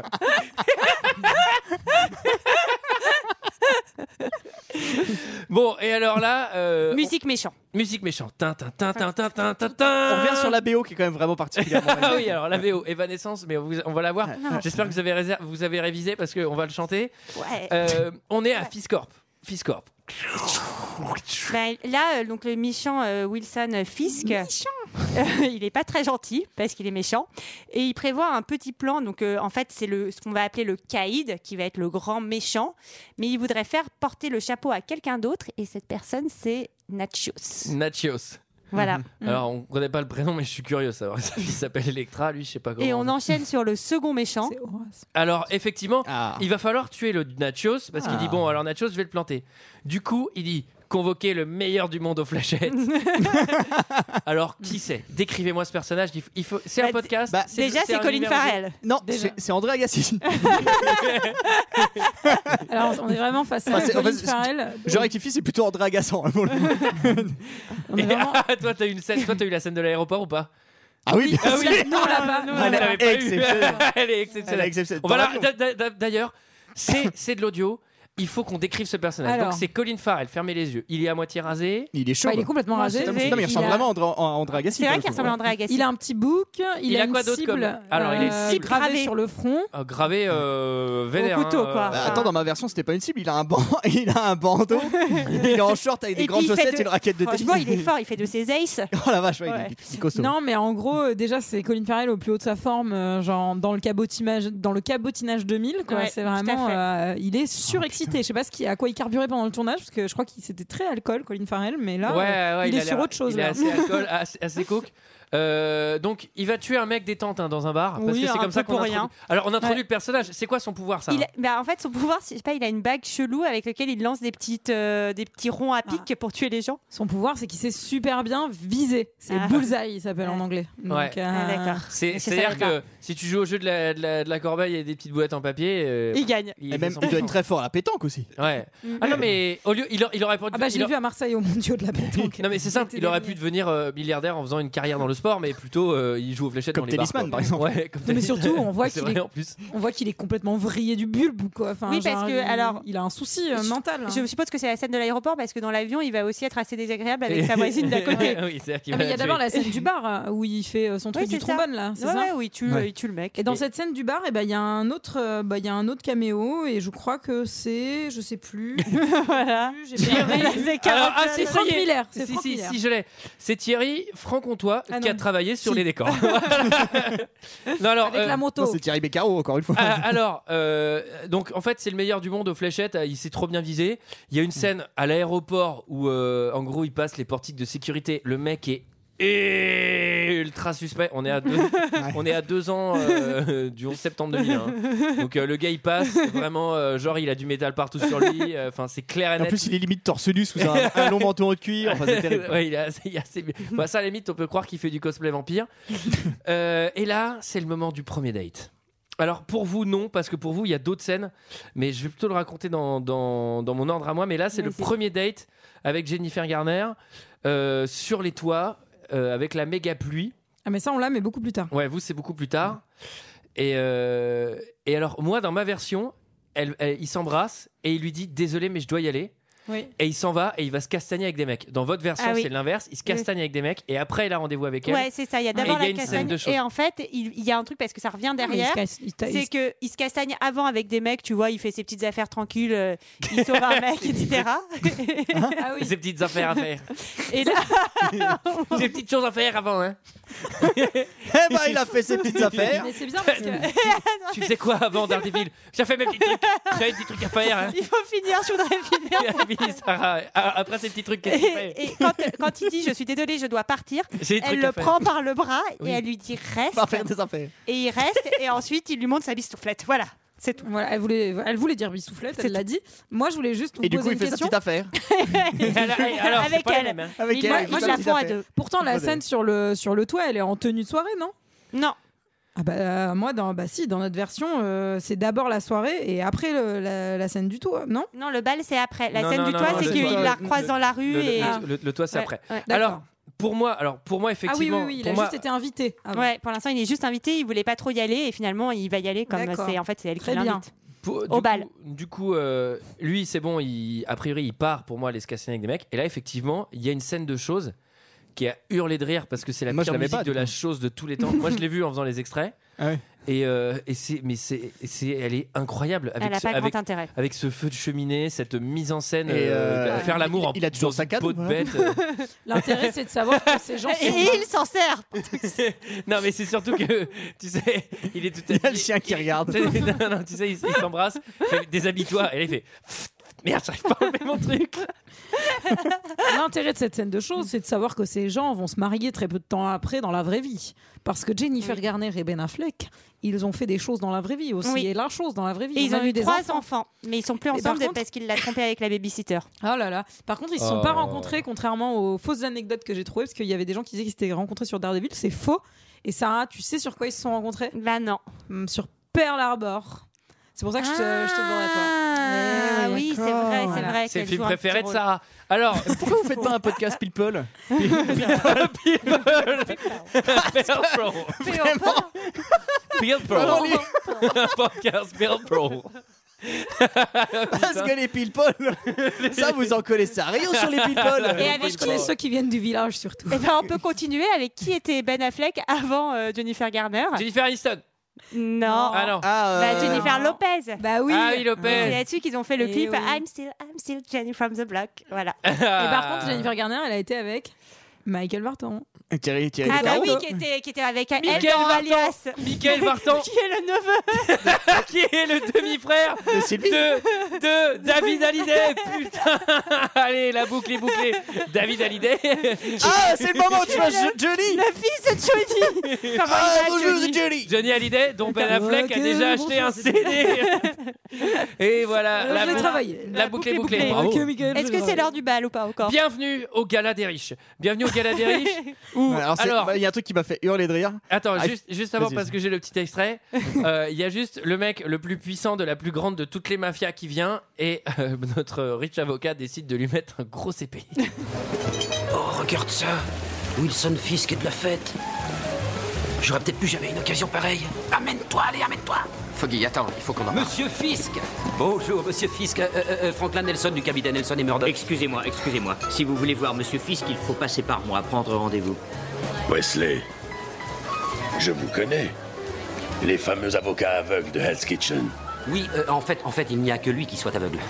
Bon, et alors là, euh, Musique méchant. musique méchante. Tin, tin, tin, tin, tin, tin, tin, tin. On revient sur la BO qui est quand même vraiment particulièrement. Ah oui, alors la VO, Evanescence, mais on vous- on va la voir. Ah, J'espère que vous avez, réser- vous avez révisé parce qu'on va le chanter. Ouais. Euh, on est à Fiscorp. Fiscorp. Ben, là, euh, donc le méchant euh, Wilson Fisk, euh, il est pas très gentil parce qu'il est méchant et il prévoit un petit plan. Donc euh, en fait, c'est le ce qu'on va appeler le caïd qui va être le grand méchant, mais il voudrait faire porter le chapeau à quelqu'un d'autre et cette personne c'est Nachios. Nachios. Voilà. Mhm. Alors, on connaît pas le prénom, mais je suis curieux de savoir. Sa fille s'appelle Electra, lui, je sais pas comment. Et on enchaîne sur le second méchant. C'est Horace. Alors, effectivement, Ah. il va falloir tuer le Nachios parce qu'il Ah. dit Bon, alors Nachios, je vais le planter. Du coup, il dit convoquer le meilleur du monde aux fléchettes. Alors, qui c'est Décrivez-moi ce personnage. Il f- il faut... C'est un podcast. c'est- Bah, déjà, c'est un Colin univers- Farrell. Non, c'est- c'est André Agassi. Alors, on est vraiment face à Enfin, c'est- en Colin fait, c'est- Farrell. Je rectifie, c'est plutôt André Agassant. là, pour le coup. Et- toi, t'as eu une scène- toi, t'as eu la scène de l'aéroport ou pas Ah oui, bien Ah sûr. oui. Non, là-bas. Vous ne l'avez pas eu. exceptionnelle. Elle est Elle est exceptionnelle. exceptionnelle. On va Dans la- d'a- d'a- d'a- D'ailleurs, c'est c'est de l'audio. Il faut qu'on décrive ce personnage. Alors. Donc, c'est Colin Farrell. Fermez les yeux. Il est à moitié rasé. Il est chaud. Bah, Enfin, il est complètement Non, rasé. c'est Non, complètement- mais il ressemble a- vraiment à André, à André Agassi. C'est pour vrai le qu'il coup. hein. ressemble à André Agassi. Il a un petit bouc, il, Il a, a quoi une d'autre cible, comme- Alors, il a une euh, cible. gravée Gravée. sur le front. Euh, gravé euh, vénère. couteau, hein. quoi. Bah, Enfin- attends, dans ma version, c'était pas une cible, il a un, ban... il a un bandeau, il est en short avec des Et grandes puis, il fait chaussettes de- et une raquette de tennis. Franchement, il est fort, il fait de ses aces. Oh la vache, ouais, Ouais. il est- il est costaud. Non, mais en gros, euh, déjà, c'est Colin Farrell au plus haut de sa forme, euh, genre dans le cabotinage, dans le cabotinage 2000. Quoi. Ouais, c'est tout à vraiment, fait. euh, il est Oh, surexcité. je sais pas ce qui, à quoi il carburait pendant le tournage, parce que je crois qu'il c'était très alcool, Colin Farrell, mais là, Ouais, euh, ouais, il, a est sur l'air- autre chose. Il est là. assez alcool, assez, assez coke. Euh, donc, il va tuer un mec détente hein, dans un bar. Parce Oui, que c'est un comme ça peu qu'on pour introduit. rien. Alors, on introduit Ouais. le personnage. C'est quoi son pouvoir, ça hein Il, bah, en fait, son pouvoir, c'est- je sais pas, il a une bague chelou avec laquelle il lance des, petites, euh, des petits ronds à Ah. pic pour tuer les gens. Son pouvoir, c'est qu'il sait super bien viser. C'est Ah. bullseye, il s'appelle en Ouais. anglais. Donc, Ouais. euh, Ah, d'accord. C'est- Mais c'est C'est-à-dire ça, que si tu joues au jeu de la, de la- de la corbeille et des petites boulettes en papier. euh, Il gagne. il Et fait même, son il doit être truc. très fort à la pétanque aussi. Ouais. Ah non, mais au lieu, il, a- il aurait pu. Mm. Ah bah, je il l'ai a- vu à Marseille au Mondiaux de la pétanque. Non mais c'est simple, il aurait pu devenir euh, milliardaire en faisant une carrière dans le sport, mais plutôt euh, il joue aux fléchettes Comme dans les bars, tennisman, quoi. par exemple. Ouais, comme Non, mais tennis- surtout, on voit C'est qu'il vrai, est- en plus. On voit qu'il est complètement vrillé du bulbe, quoi. Enfin, Oui, parce genre, que, il, alors, il a un souci euh, je- mental. hein. Je suppose que c'est la scène de l'aéroport parce que dans l'avion, il va aussi être assez désagréable avec Et- sa voisine d'à côté. oui, c'est-à-dire qu'il Ah, va mais il y la a d'abord tuer. la scène du bar euh, où il fait euh, son truc Oui, du c'est ça. trombone là, c'est Ouais, ça ouais, où il tue, Ouais. il tue le mec. Et dans Et- cette scène du bar, eh ben, il y a un autre, euh, bah, il y a un autre caméo et je crois que c'est, je sais plus, voilà. j'ai perdu. Les Alors, ah, carottes. si, c'est ça Franck y est. Miller, c'est Si, si, Franck si, Miller. si, je l'ai. C'est Thierry Franc-Comtois Ah qui a non. travaillé sur Si. les décors. non, alors, avec euh, la Non, moto. C'est Thierry Beccaro, encore une fois. Ah, alors, euh, donc en fait, c'est le meilleur du monde aux fléchettes. euh, Il s'est trop bien visé. Il y Mm. a une scène à l'aéroport où, euh, en gros, il passe les portiques de sécurité. Le mec est ultra suspect. On est à deux, on est à deux ans euh, du 11 septembre 2001. Donc euh, le gars, il passe vraiment, euh, genre, il a du métal partout sur lui. Euh, Enfin, c'est clair et En net. plus, il est limite torse nu sous un, un long manteau en cuir. Enfin, c'est terrible. Ouais, il est assez- il est assez- Bah, ça, à la limite, on peut croire qu'il fait du cosplay vampire. Euh, et là, c'est le moment du premier date. Alors, pour vous, non, parce que pour vous, il y a d'autres scènes, mais je vais plutôt le raconter dans, dans- dans mon ordre à moi. Mais là, c'est le Vas-y. premier date avec Jennifer Garner euh, sur les toits euh, avec la méga pluie. Ah mais ça on l'a, mais beaucoup plus tard. Ouais, vous, c'est beaucoup plus tard. Et, euh, et alors, moi, dans ma version, elle- elle- il s'embrasse et il lui dit Désolé, mais je dois y aller. Oui. Et il s'en va et il va se castagner avec des mecs. Dans votre version, Ah oui. c'est l'inverse. Il se castagne avec des mecs et après, il a rendez-vous avec elle. Ouais, c'est ça. Il y a Et d'abord il y a la une scène de castagne. choses. Et en fait, il il y a un truc parce que ça revient derrière. C'est que il se castagne avant avec des mecs, tu vois, il fait ses petites affaires tranquilles, euh, il sauve un mec, etc. Ah oui. Ces petites affaires à faire. Et là, Ces petites choses à faire avant, hein. Eh ben, il a fait ses petites affaires. Mais c'est bizarre parce que Tu sais quoi avant Daredevil J'ai fait mes petits trucs. J'avais des petits trucs à faire, hein. il faut finir, je voudrais finir. Et elle finit, Sarah. Ah, Après ces petits trucs, qu'est-ce que tu fais Et, et quand, quand il dit je suis désolée, je dois partir, J'ai des elle trucs le à faire. prend par le bras Oui. et elle lui dit reste. Pas faire des affaires. Et il reste et ensuite il lui montre sa bistouflette. Voilà, c'est tout. voilà, elle voulait, elle voulait dire bisoufflette, elle l'a dit. Moi je voulais juste vous Et du poser coup, il une fait sa question. petite affaire. Alors, alors, c'est Avec pas la elle. même, hein. Avec Mais elle, moi, il fait moi, sa je la petite prends à affaire. deux. Pourtant la Posez. scène sur le sur le toit, elle est en tenue de soirée, non Non, Ah euh, bah moi dans bah si dans notre version euh, c'est d'abord la soirée et après le- la, la scène du toit non non, le bal c'est après. La Non, scène non, du non, toit, non, c'est le qu'il toit, la le- croise dans la rue Le, et. le- le- le toit, c'est Ouais, après. ouais. Alors, pour moi, alors pour moi, ah oui oui effectivement, oui il pour a moi, juste été invité avant. Ouais, pour l'instant, il est juste invité, il voulait pas trop y aller et finalement, il va y aller comme D'accord. c'est en fait c'est elle Très qui bien. l'invite. Pour- Au du bal. coup- du coup, euh, lui, c'est bon, il, a priori, il part pour moi aller se casser avec des mecs. Et là, effectivement, il y a une scène de choses qui a hurlé de rire parce que c'est la Moi, je pire l'avais musique pas, de du la coup. chose de tous les temps. moi, je l'ai vu en faisant les extraits. Ah ouais. Et, euh, et c'est, mais c'est, et c'est, elle est incroyable avec Elle a ce, pas avec, grand intérêt. avec ce feu de cheminée, cette mise en scène, Et, euh, euh, faire l'amour en il- il a toujours dans sa une canne, peau de voilà. bête. euh. L'intérêt c'est de savoir que ces gens Et, sont il s'en sert. non, mais c'est surtout que tu sais, il est tout à Il y a le chien qui regarde. Tu sais, non, non, tu sais, il, il s'embrasse, fait, déshabille-toi, et là, il fait. Merde, j'arrive pas à enlever mon truc. L'intérêt de cette scène de choses, c'est de savoir que ces gens vont se marier très peu de temps après dans la vraie vie. Parce que Jennifer Garner et Ben Affleck, ils ont fait des choses dans la vraie vie aussi. Oui. Et la chose dans la vraie vie. Et ils a ont eu eu des trois enfants. mais ils sont plus Mais ensemble par contre- parce qu'il l'a trompé avec la babysitter. Oh là là. Par contre, ils se sont Oh. pas rencontrés, contrairement aux fausses anecdotes que j'ai trouvées, parce qu'il y avait des gens qui disaient qu'ils s'étaient rencontrés sur Daredevil. C'est faux. Et Sarah, tu sais sur quoi ils se sont rencontrés Hmm, Bah non. Sur Pearl Harbor. C'est pour ça que je te, je te demandais à toi. Eh Ah oui, c'est d'accord. vrai, c'est Voilà. vrai. C'est le qu'elle film joue un préféré petit de rôle. Sarah. Alors, Pourquoi vous faites pas un podcast People Ah. Bill Pro. Bill Pro. Podcast Bill Pro. Parce que les People, ça vous en connaissez rien sur les People. Et avec Je connais qui- ceux qui viennent du village surtout. Eh ben, on peut continuer avec qui était Ben Affleck avant euh, Jennifer Garner Jennifer Aniston. Non. Ah non. Bah, euh, Jennifer Lopez. Bah oui. Ah oui, Lopez. C'est là-dessus qu'ils ont fait le Euh, Eh clip oui. I'm still, I'm still Jenny from the block. Voilà. Et Ah. par contre, Jennifer Garner, elle a été avec Michael Barton. Thierry, Thierry. Ah bah Lhermitte. euh, oui, qui était, qui était avec elle Michael dans Vartan. Alias. Michael Vartan, Qui est le neveu qui est le demi-frère De Sylvie. de, de David Hallyday. Putain. Allez, la boucle est bouclée. David Hallyday. Ah, c'est le moment où tu vas Johnny. Le fils de Johnny Comment Ah, il va, bonjour, c'est Johnny Johnny. Johnny Hallyday, dont Ben Affleck a Ok, déjà acheté un CD. Et voilà. Je la l'ai boucle- travaillé. La boucle est bouclée. bouclée. Bravo. Ok, Michael, je Est-ce que c'est travaille. l'heure du bal ou pas encore Bienvenue au Gala des Riches. Bienvenue au Gala des Riches. Où, Alors, c'est- alors, bah, il y a un truc qui m'a fait hurler de rire. Attends, Ah, juste, juste avant, vas-y. parce que j'ai le petit extrait. Euh, Il y a juste le mec le plus puissant de la plus grande de toutes les mafias qui vient et euh, notre riche avocat décide de lui mettre un gros CP. Oh, regarde ça Wilson Fisk est de la fête. J'aurai peut-être plus jamais une occasion pareille. Amène-toi, allez, amène-toi Foggy, attends, il faut qu'on en parle. Monsieur Fisk Bonjour, monsieur Fisk. Euh, euh, euh, Franklin Nelson du cabinet Nelson et Murdoch. Excusez-moi, excusez-moi. Si vous voulez voir Monsieur Fisk, il faut passer par moi, prendre rendez-vous. Wesley, je vous connais. Les fameux avocats aveugles de Hell's Kitchen. Oui, euh, en fait, en fait, il n'y a que lui qui soit aveugle.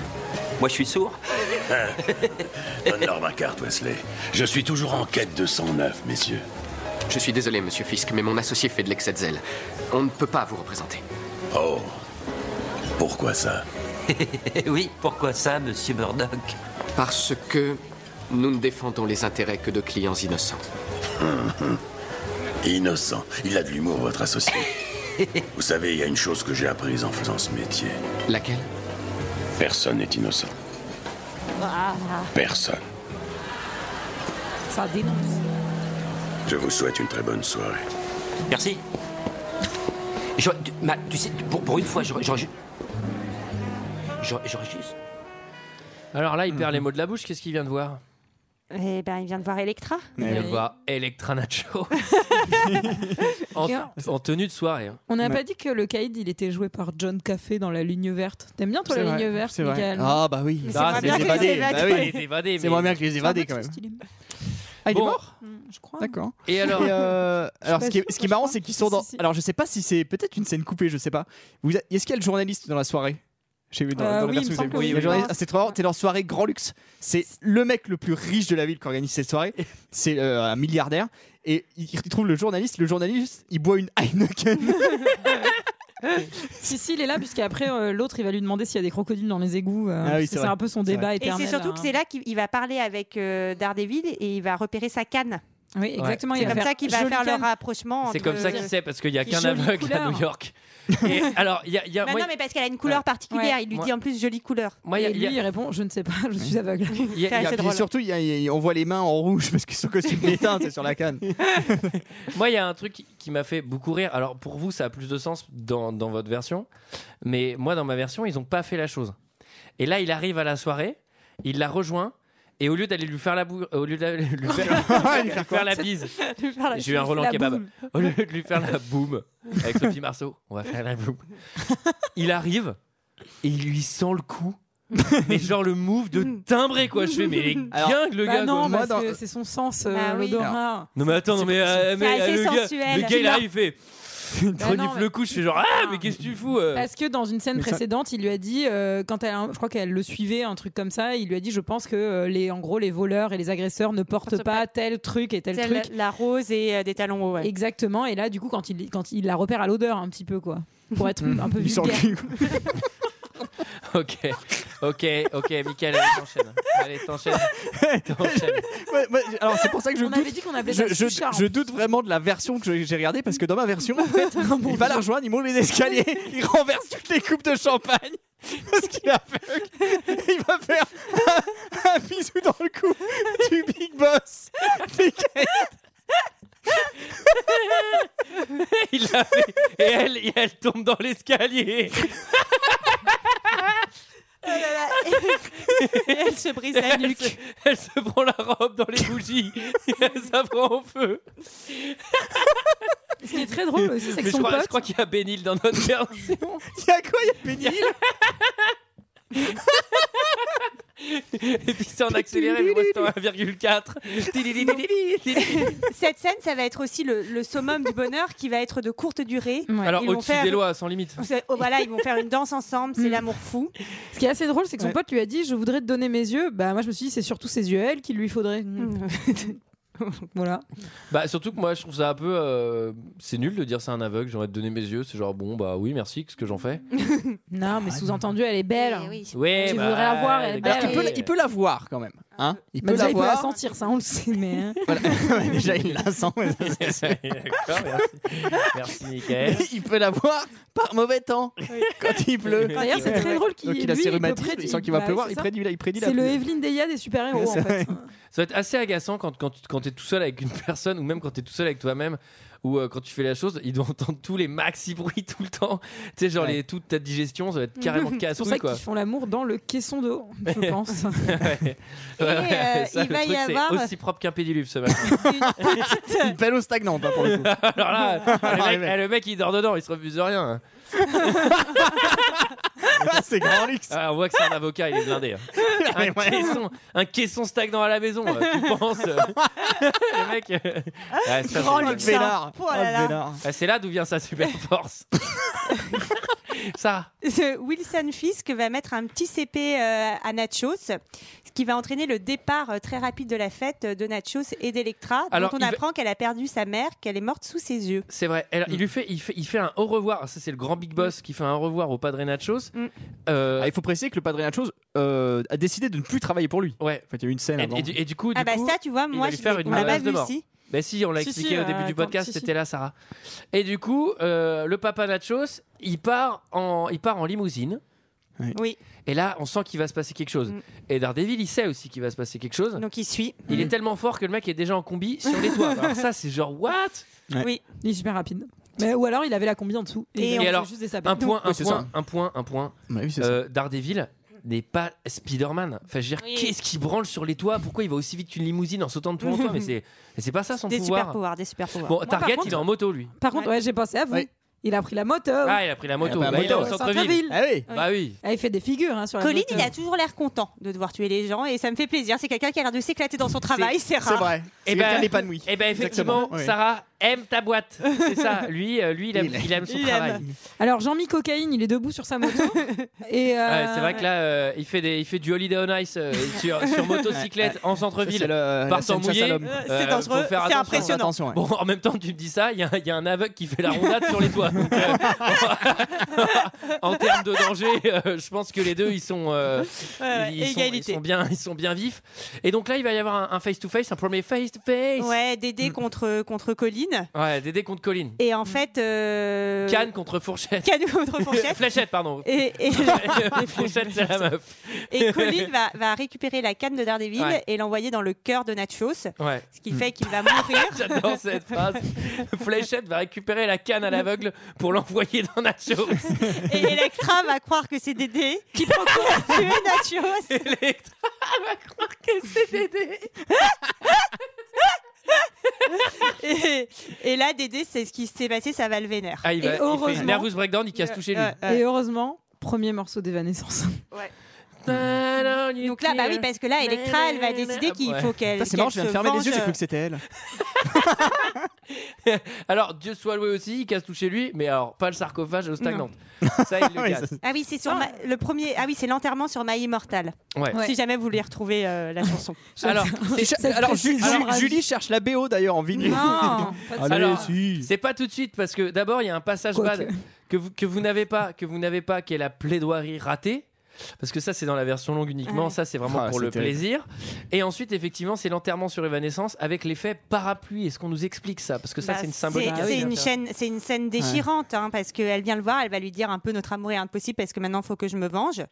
Moi, je suis sourd. Ah, Donne-leur ma carte, Wesley. Je suis toujours en quête de 109, messieurs. Je suis désolé, monsieur Fisk, mais mon associé fait de l'excès de zèle. On ne peut pas vous représenter. Oh, pourquoi ça oui, pourquoi ça, monsieur Murdoch Parce que nous ne défendons les intérêts que de clients innocents. Hum, hum. Innocent. Il a de l'humour, votre associé. vous savez, il y a une chose que j'ai apprise en faisant ce métier. Laquelle Personne n'est innocent. Ah, Personne. Ça dénonce. Je vous souhaite une très bonne soirée. Merci. J'aurais- tu, ma- tu sais, pour, pour une fois, j'aurais j'aurais ju- j'aurais- j'aurais juste... Alors là, il perd les mots de la bouche. Qu'est-ce qu'il vient de voir Eh ben, il vient de voir Electra. Il vient de Ouais. voir Electra Nacho. en, en tenue de soirée. hein. On n'a pas dit que le Kaïd, il était joué par John Caffey dans La Ligne Verte. T'aimes bien, toi, C'est La vrai, Ligne Verte, c'est vrai. Michael Ah, bah oui. Mais Ah, c'est c'est moins les bien que les évadés. Bah Il évadés. oui. est évadé. C'est mais- moins bien que les évadés quand même. Ah, il est Bon. mort Hmm, Je crois. D'accord. Et alors Et, euh, alors, ce qui est, ce qui est marrant, c'est qu'ils sont Si, dans. si. Alors, je sais pas si c'est peut-être une scène coupée, je sais pas. Vous a- Est-ce qu'il y a le journaliste dans la soirée J'ai vu dans, Euh, dans la oui, il version me que vous semble avez que vue. oui, Il y a oui, le journaliste- oui. Ah, C'est trop marrant, t'es dans la soirée grand luxe. C'est le mec le plus riche de la ville qui organise cette soirée. C'est euh, un milliardaire. Et il il trouve le journaliste. Le journaliste, il boit une Ah, Heineken. Si, si, il est là, puisqu'après, euh, l'autre, il va lui demander s'il y a des crocodiles dans les égouts. euh, Ah oui, parce que c'est c'est vrai. un peu son C'est débat Et éternel. c'est surtout que hein. c'est là qu'il il va parler avec euh, Daredevil et il va repérer sa canne. Oui, exactement. il C'est va comme ça qu'il va Jolie faire le canne. rapprochement. C'est entre- comme ça qu'il sait, parce qu'il n'y a Qui qu'un jolie aveugle à couleur. New York. Et alors, il y a. il y a- Bah moi, non, mais parce qu'elle a une couleur particulière. Il lui Moi- dit en plus jolie couleur. moi, il y a- Et il y lui, a- il répond Je ne sais pas, je suis aveugle. il y a- Ah, Et c'est puis drôle. surtout, il y a- il y a- on voit les mains en rouge parce que son costume est éteint, c'est sur la canne. Moi, il y a un truc qui- qui m'a fait beaucoup rire. Alors, pour vous, ça a plus de sens dans, dans votre version. Mais moi, dans ma version, ils n'ont pas fait la chose. Et là, il arrive à la soirée, il la rejoint, et au lieu d'aller lui faire la bou- au lieu d'aller lui faire, lui faire la bise, j'ai eu un Roland La Kebab, boum. au lieu de lui faire la boum avec Sophie Marceau, on va faire la boum. Il arrive, et il lui sent le coup. mais genre le move de timbré quoi je fais mais les Alors, gars le Bah gars quoi. non, moi, parce dans- que c'est son sens, euh, Bah oui. l'odorat. Non mais attends, non mais, euh, mais, C'est assez euh, le, gars, sensuel. le gars, il arrive, il fait. Il Bah renifle non, mais- le couche, je fais genre ah mais qu'est-ce que tu fous euh Parce que dans une scène Mais ça- précédente, il lui a dit, euh, quand elle, je crois qu'elle le suivait, un truc comme ça, il lui a dit, je pense que euh, les, en gros, les voleurs et les agresseurs ne portent Portent pas tel truc et tel Telle truc. La rose et euh, des talons hauts. ouais. Exactement. Et là, du coup, quand il, quand il la repère à l'odeur un petit peu, quoi, pour être un peu Il sent le vulgaire. cul. Ok, ok, ok, Michael, allez, t'enchaînes. Allez, t'enchaînes. T'enchaînes. Ouais, ouais, alors c'est pour ça que je On doute. avait dit qu'on appelait ça je, le je- suchard, en je doute vraiment de la version que j'ai- j'ai regardée parce que dans ma version, en fait, Ah il va la rejoindre, il monte les escaliers, il renverse toutes les coupes de champagne. Parce qu'il a il va faire un, un bisou dans le cou du big boss. Michael. Il l'a fait. Et elle, et elle tombe dans l'escalier. Et elle se brise la Elle nuque. se- Elle se, prend la robe dans les bougies. Et elle s'apprend au feu. Ce qui est très drôle aussi, c'est Mais que je son crois, je pote. crois qu'il y a Bénil dans notre version. Il y a quoi Il y a Bénil Et puis c'est en accéléré, mais moi c'est en 1,4. Cette scène, ça va être aussi le, le summum du bonheur qui va être de courte durée. Alors Ils vont au-dessus faire- des lois, sans limite. C'est- oh, voilà, ils vont faire une danse ensemble, c'est l'amour fou. Ce qui est assez drôle, c'est que son Ouais. pote lui a dit Je voudrais te donner mes yeux. Bah, moi, je me suis dit C'est surtout ses yeux à elle qu'il lui faudrait. Hmm. Mm. voilà. Bah surtout que moi je trouve ça un peu euh, c'est nul de dire c'est un aveugle, j'aurais de donner mes yeux, c'est genre bon bah oui merci, qu'est-ce que j'en fais Non, mais sous-entendu, elle est belle. Eh Ouais, tu bah, voudrais la voir. Elle est les belle. gars, il, peut, la- il peut la voir quand même. Hein il Bah, peut déjà, la il peut la voir. sentir, ça, on le sait. Mais hein. Voilà. Déjà, il la sent. mais ça, c'est sûr. D'accord, merci. Merci Mickaël. Mais il peut la voir par mauvais temps quand il pleut. D'ailleurs, c'est très drôle qu'il Donc, il euh, a lui, ses il peut rhumatismes, il prédire- sent qu'il va bah, pleuvoir, c'est il ça. prédit, il prédit la C'est le pluie. Evelyne Delia des super-héros, en C'est fait. Ça va être assez agaçant quand, quand, tu- quand t'es tout seul avec une personne ou même quand t'es tout seul avec toi-même ou euh, quand tu fais la chose, il doit entendre tous les maxi bruits tout le temps. Tu sais, genre les, toute ta digestion, ça va être carrément C'est pour cassouille ça quoi. qu'ils font l'amour dans le caisson d'eau, je pense. Ouais. Ouais, ouais, euh, ça, il le va y truc, c'est avoir- aussi propre qu'un pédiluve ce matin. Une pelle au stagnant, pas pour le coup. Alors là, Ah, le, mec, eh, le mec, il dort dedans, il se refuse de rien. hein. c'est grand luxe. Ah, on voit que c'est un avocat, il est blindé. hein. Ah, Un, Mais ouais. caisson, un caisson stagnant à la maison, euh, tu penses euh. Le mec. euh, ouais, ça, Grand c'est- Luc Bénard. Oh là là. Ah, c'est là d'où vient sa super force. ça. Ce Wilson Fisk va mettre un petit CP euh, à Nachos, ce qui va entraîner le départ euh, très rapide de la fête euh, de Nachos et d'Electra, dont Alors, on il va- apprend qu'elle a perdu sa mère, qu'elle est morte sous ses yeux. C'est vrai. Alors, il lui fait, il fait, il fait un au revoir. Ça, c'est le grand big boss qui fait un au revoir au Padre Nachos. Mm. Euh, Ah, il faut préciser que le Padre Nachos euh, a décidé de ne plus travailler pour lui. Ouais. En fait, il y a eu une scène et, avant. et du, et du coup, Ah du bah coup, ça, tu vois, il moi, va lui je faire l'ai- une on l'a menace pas de vu mort. si. Bah si, on l'a Si, si, expliqué au début euh, du quand- podcast, si, si. c'était là, Sarah. Et du coup, euh, le papa Nachos, il part en, il part en limousine. Oui, Et là, on sent qu'il va se passer quelque chose. Mm. Et Daredevil, il sait aussi qu'il va se passer quelque chose. donc il suit. Il est tellement fort que le mec est déjà en combi sur les toits. Alors ça, c'est genre what Ouais. Oui. Il est super rapide. Mais, ou alors, il avait la combi en dessous. Et il on- faisait alors, juste des sabots. Un point, un Oui, c'est point, ça. un point, un point. Ouais, oui, c'est ça. Euh, Daredevil n'est pas Spider-Man. Enfin, je veux dire, Oui. qu'est-ce qui branle sur les toits Pourquoi il va aussi vite qu'une limousine en sautant de toit en toit Mais c'est, mais c'est pas ça son Des pouvoir. super pouvoirs, des super pouvoirs. Bon, par Target, contre- il est en moto lui. Par contre, Ouais. ouais, j'ai pensé à vous. Ouais. Il a pris la moto. euh, Ah, il a pris la moto. Il a pris la Bah, il est au moto. centre-ville. Ah oui. Bah oui. Ah, il fait des figures hein, sur la Colin, moto. il a toujours l'air content de devoir tuer les gens et ça me fait plaisir. C'est quelqu'un qui a l'air de s'éclater dans son travail, c'est C'est rare. vrai. Eh Et ben- bien épanoui. Et ben effectivement, Exactement, ouais. Sarah aime ta boîte. C'est ça. Lui, euh, lui, il aime, Il- il aime son il aime. travail. Alors, Jean-Mi Cocaïne, il est debout sur sa moto. et, euh, Ouais, c'est vrai que là, euh, il fait des, il fait du holiday on ice euh, sur, sur motocyclette en centre-ville. Par temps mouillé. Euh, Euh, c'est faut dangereux, faire c'est attention. impressionnant. Attention, ouais. Bon, en même temps, tu me dis ça, il y, a- il y a un aveugle qui fait la rondade sur les toits. Donc, euh, en termes de danger, euh, je pense que les deux, ils sont, euh, Ouais, ouais, ils, sont, ils égalité. sont bien, ils sont bien vifs. Et donc là, il va y avoir un- un face to face, un premier face to face. Ouais, Dédé Mm. contre, contre Colin. Ouais, Dédé contre Colline. Et en fait. Euh... Canne Mm. contre fourchette. Cannes contre fourchette. Fléchette, pardon. Et, et, Fléchette, c'est la meuf. et Colin va, va récupérer la canne de Daredevil Ouais. et l'envoyer dans le cœur de Nachos, ce Ouais. qui fait qu'il va mourir. J'adore cette phrase. Fléchette va récupérer la canne à l'aveugle pour l'envoyer dans Nacho. Et Electra va croire que c'est Dédé qui procure à tuer Nachos. Electra va croire que c'est Dédé. Et, et là, Dédé, c'est ce qui s'est passé, ça va le vénère. Euh, Ah, il va, Et il fait heureusement- nervous breakdown, il casse tout chez lui. Ouais, ouais. et heureusement, premier morceau d'Evanescence. Donc là, bah oui, parce que là, Electra, elle va décider qu'il Ouais. faut qu'elle. Putain, C'est qu'elle marrant, je viens de se fermer les venge. yeux, j'ai cru que c'était elle. Alors, Dieu soit loué aussi, il casse tout chez lui, mais alors pas le sarcophage au stagnante. Ça, il le Oui, casse. ça- Ah oui, c'est sur Ma- le premier. Ah oui, c'est l'enterrement sur My Immortal. Ouais. Ouais. Si jamais vous voulez retrouver euh, la chanson. Alors, c'est- Cette Alors, Ju- précision Ju- ravie. Julie cherche la BO d'ailleurs en vinyle. Ah, Non, pas de ça. Alors, si. c'est pas tout de suite parce que d'abord, il y a un passage Quoique. bad que vous, que vous n'avez pas, que vous n'avez pas, qui est la plaidoirie ratée. parce que ça c'est dans la version longue uniquement, Ouais. ça c'est vraiment Ah, pour c'est le terrible. plaisir. Et ensuite effectivement c'est l'enterrement sur Evanescence avec l'effet parapluie. Est-ce qu'on nous explique ça Parce que ça Bah, c'est une symbolique. Ah c'est une chaîne- c'est une scène déchirante hein, parce qu'elle vient le voir, elle va lui dire un peu notre amour est impossible parce que maintenant il faut que je me venge.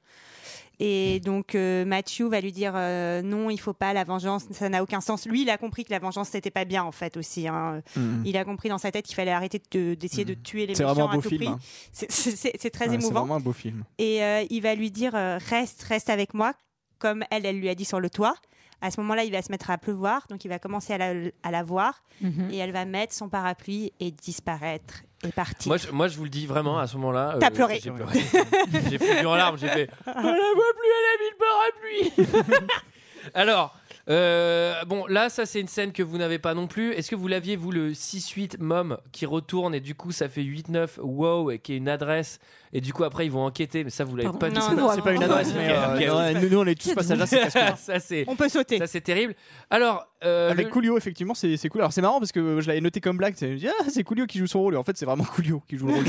Et donc euh, Mathieu va lui dire euh, non, il faut pas la vengeance, ça n'a aucun sens. Lui, il a compris que la vengeance c'était pas bien en fait aussi. hein. Mhm. Il a compris dans sa tête qu'il fallait arrêter de- d'essayer de, tuer les Mm. C'est méchants vraiment un à beau tout film, prix. hein. C'est- C'est c'est- c'est très Ouais, Ah, C'est émouvant. vraiment un beau film. Et euh, il va lui dire euh, reste, reste avec moi, comme elle, elle lui a dit sur le toit. À ce moment-là, il va se mettre à pleuvoir, donc il va commencer à la, à la voir, Mhm. et elle va mettre son parapluie et disparaître et partir. Moi je, moi je vous le dis vraiment à ce moment-là. euh, T'as pleuré. J'ai pleuré. j'ai fondu en larmes. J'ai fait. Ah. On la voit plus, elle a mis le parapluie. Alors. euh, bon, là, ça c'est une scène que vous n'avez pas non plus. Est-ce que vous l'aviez, vous, le 6-8 mom qui retourne et du coup ça fait 8-9, wow, et qui est une adresse, et du coup après ils vont enquêter, mais ça vous l'avez Pardon. pas du Non, tout. C'est pas- c'est pas une adresse, mais, euh, Ok, ok. ouais, nous- nous, on est tous passagers à cette casse-croûte. Ça, c'est- On peut sauter. Ça c'est terrible. Alors, euh, Avec le- Coolio, effectivement, c'est c'est cool. Alors, c'est marrant parce que je l'avais noté comme blague. C'est ah, c'est Coolio qui joue son rôle. Et en fait, c'est vraiment Coolio qui joue le rôle.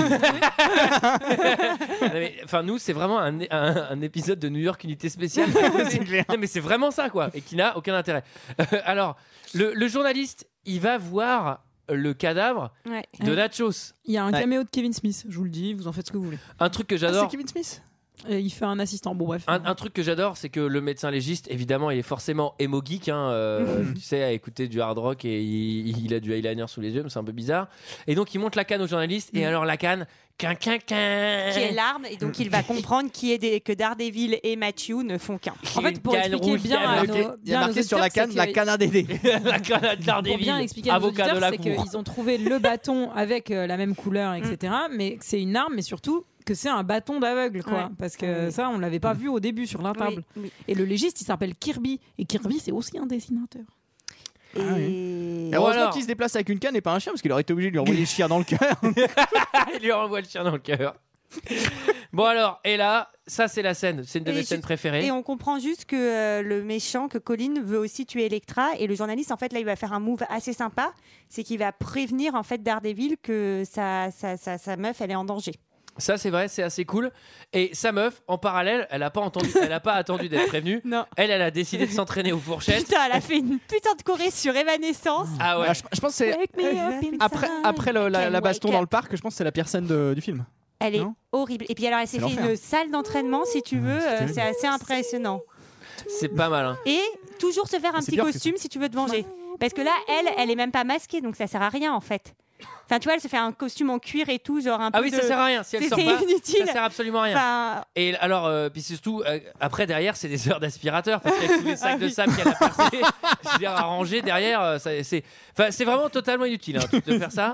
Non, mais, Enfin, nous, c'est vraiment un, un- un épisode de New York Unité Spéciale. Non, mais c'est vraiment ça, quoi, et qui n'a aucun intérêt. Euh, alors, le, le journaliste, il va voir le cadavre Ouais. de Nachos. Il y a un Ouais. caméo de Kevin Smith, je vous le dis, vous en faites ce que vous voulez. Un truc que j'adore. Ah, Smith Euh, Il fait un assistant, bon bref. Un, un truc que j'adore, c'est que le médecin légiste, évidemment, il est forcément emo geek, hein, euh, tu sais, à écouter du hard rock et il, il a du eyeliner sous les yeux, mais c'est un peu bizarre. Et donc, il monte la canne au journaliste, et alors la canne, quin, quin, quin. Qui est l'arme, et donc il va comprendre qui est des- que Daredevil et Matthew ne font qu'un. En fait, pour expliquer bien Ah, euh, à nos- Il y a marqué sur la canne la canne à Dédé. la canne à Pour bien expliquer à nos avocat de auditeurs, la c'est cour. qu'ils ont trouvé le bâton avec euh, la même couleur, etc. Mais que c'est une arme, mais surtout que c'est un bâton d'aveugle, quoi. Ouais. Parce que ça, on l'avait pas vu au début sur la table. oui. Et le légiste, il s'appelle Kirby. Et Kirby, c'est aussi un dessinateur. Et heureusement qu'il se déplace avec une canne et pas un chien parce qu'il aurait été obligé de lui envoyer le chien dans le cœur. il lui renvoie le chien dans le cœur. bon alors, et là, ça c'est la scène, c'est une de Et mes je- scènes préférées. Et on comprend juste que euh, le méchant, que Colin veut aussi tuer Electra. Et le journaliste, en fait, là, il va faire un move assez sympa. C'est qu'il va prévenir, en fait, Daredevil que sa, sa, sa, sa meuf, elle est en danger. Ça c'est vrai, c'est assez cool. Et sa meuf, en parallèle, elle a pas entendu, elle a pas attendu d'être prévenue. Elle, elle a décidé de s'entraîner aux fourchettes. Putain, elle a fait une putain de choré sur Evanescence. Ah ouais. Ah, je, je pense que c'est Wake me up après inside. après le- la, Can la baston wake dans up. le parc. Je pense que c'est la pire scène de- du film. Elle est horrible. Et puis alors, elle s'est C'est fait l'enfer. Ah, une salle d'entraînement, si tu veux. euh, terrible. C'est assez impressionnant. C'est pas mal. hein. Et toujours se faire un C'est petit bien que ça. costume si tu veux te venger. Parce que là, elle, elle est même pas masquée, donc ça sert à rien en fait. Enfin, tu vois, elle se fait un costume en cuir et tout, genre un Ah peu oui, de- ça sert à rien. Si elle C'est sort c'est pas, inutile. ça sert absolument à rien. Enfin, Et alors, euh, puis surtout, euh, après derrière, c'est des heures d'aspirateur parce qu'avec tous les sacs de sable qu'elle a percés, je veux dire, à ranger derrière, euh, ça- c'est, enfin, c'est vraiment totalement inutile hein, de faire ça.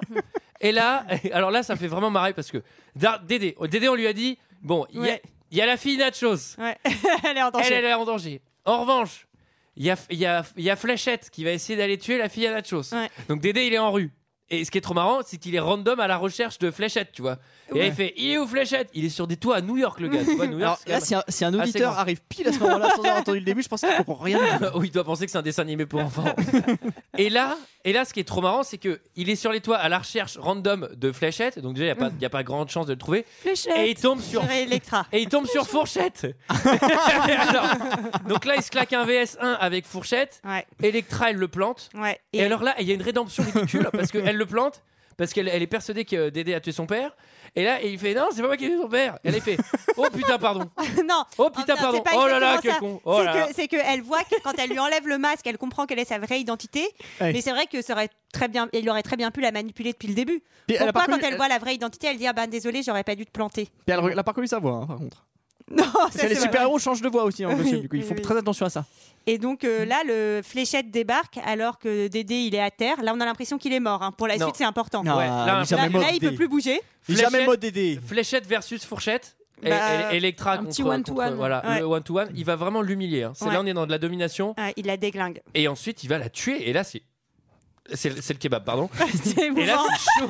Et là, alors là, ça me fait vraiment marrer parce que Dar- Dédé, au Dédé, on lui a dit, bon, il y a- Ouais. il y, a la fille Nachos, elle est en danger. elle, elle est en danger. En revanche, il y a, il y a- il y a Flachette qui va essayer d'aller tuer la fille à Nachos. Donc Dédé, il est en rue. Et ce qui est trop marrant, c'est qu'il est random à la recherche de Fléchette, tu vois. Et là, Ouais. il fait, il est où Fléchette Il est sur des toits à New York, le gars. Tu vois, New York, Alors c'est là, quand si même un, si un assez auditeur grand. arrive pile à ce moment-là sans avoir entendu le début, je pense qu'il comprend rien. Ou il doit penser que c'est un dessin animé pour enfants. et là, et là, ce qui est trop marrant, c'est que il est sur les toits à la recherche random de fléchettes. Donc déjà, il n'y a, pas grande chance de le trouver. Fléchette. Et il tombe sur Sur Electra. Et il tombe sur fourchette. Et alors, donc là, il se claque un VS1 avec fourchette. Electra, elle le plante. Et, alors là, il y a une rédemption ridicule parce qu'elle le plante. Parce qu'elle elle est persuadée que euh, Dédé a tué son père. Et là, il fait Non, c'est pas moi qui ai tué son père. Elle, elle fait Oh putain, pardon. non. Oh putain, Non, pardon. c'est pas Oh là là, exactement quel con. ça. Oh C'est là que- là. c'est que, elle voit que quand elle lui enlève le masque, elle comprend quelle est sa vraie identité. Ouais. Mais c'est vrai que ça aurait très bien, il aurait très bien pu la manipuler depuis le début. Puis elle a Pourquoi pas quand connu- elle voit la vraie identité, elle dit ah ben désolé, j'aurais pas dû te planter. Puis elle, re- elle a pas reconnu sa voix, hein, par contre. Non, Parce que les super-héros changent de voix aussi hein, dans le Oui, film, du coup, ils oui, font oui. très attention à ça. Et donc euh, là, le fléchette débarque alors que Dédé il est à terre. Là, on a l'impression qu'il est mort. hein. Pour la Non. suite, c'est important. Ah, Non, Ouais, là, là, jamais mort, là, il Dédé. peut plus bouger. Fléchette- Fléchette versus Fourchette. Et, Bah, et- Electra un contre, petit one-to-one. contre- voilà, Ouais. le one to one, il va vraiment l'humilier. hein. C'est Ouais. là on est dans de la domination. Ah, il la déglingue. Et ensuite il va la tuer. Et là c'est c'est c'est le kebab, pardon. et là émouvant. c'est chaud.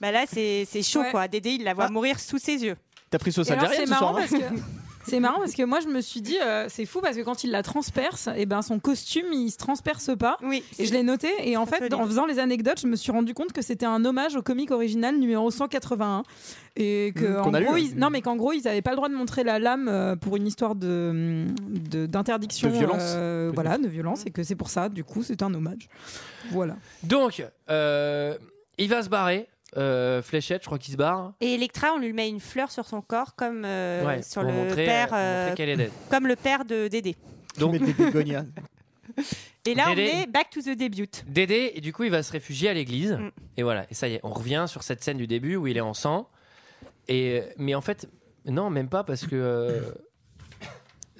Bah là, c'est c'est chaud quoi. Dédé, il la voit mourir sous ses yeux. T'as pris sauce Et alors, algérienne c'est ce soir marrant hein parce que- C'est marrant parce que moi je me suis dit euh, c'est fou parce que quand il la transperce et ben son costume il se transperce pas et je l'ai noté et en fait en faisant les anecdotes je me suis rendu compte que c'était un hommage au comique original numéro 181 et que Mm, en qu'on a gros lu, ils- non mais qu'en gros ils avaient pas le droit de montrer la lame euh, pour une histoire de de- d'interdiction De violence, euh, peut-être. voilà de violence et que c'est pour ça du coup c'est un hommage voilà Donc, euh, il va se barrer. Euh, Fléchette, je crois qu'il se barre. Et Electra, on lui met une fleur sur son corps comme euh, Ouais, sur pour le montrer, père, pour euh, montrer qu'elle est dead. comme le père de Dédé. Donc, Et là, Dédé. on est back to the debut. Dédé, et du coup, il va se réfugier à l'église. Mm. Et voilà, et ça y est, on revient sur cette scène du début où il est en sang. Et, euh, mais en fait, non, même pas parce que. euh,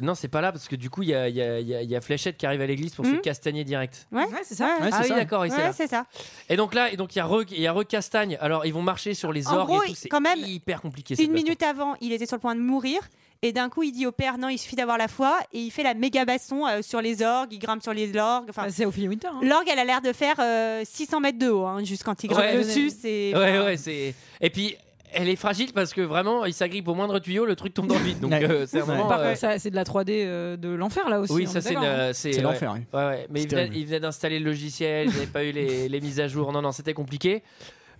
non, c'est pas là parce que du coup, il y a, il y a- il y a- il y a Fléchette qui arrive à l'église pour se Mm. castagner direct. Ouais, c'est ça. Ouais, c'est ça. ah oui, d'accord, et Ouais, c'est c'est ça. Et donc là, et donc il y a re- il y a recastagne. Alors, ils vont marcher sur les en orgues gros, et tout. C'est quand même, hyper compliqué. cette une minute avant, il était sur le point de mourir. Et d'un coup, il dit au père, non, il suffit d'avoir la foi. Et il fait la méga baston euh, sur les orgues, il grimpe sur les orgues. Enfin, c'est Ophélie Winter. hein. L'orgue, elle a l'air de faire euh, 600 mètres de haut, hein, juste quand il grimpe Ouais. dessus. C'est... Ouais, ouais, c'est. Et puis, elle est fragile parce que vraiment, il s'agrippe au moindre tuyau, le truc tombe dans le vide. Donc, euh, c'est un moment, Par euh, contre, ça, c'est de la 3D euh, de l'enfer là aussi Oui, on ça est c'est une- d'accord, hein. euh, c'est C'est ouais. l'enfer, oui. Ouais, ouais. Mais C'est il venait, terrible. il venait d'installer le logiciel, il n'avait pas eu les, les mises à jour. Non, non, c'était compliqué.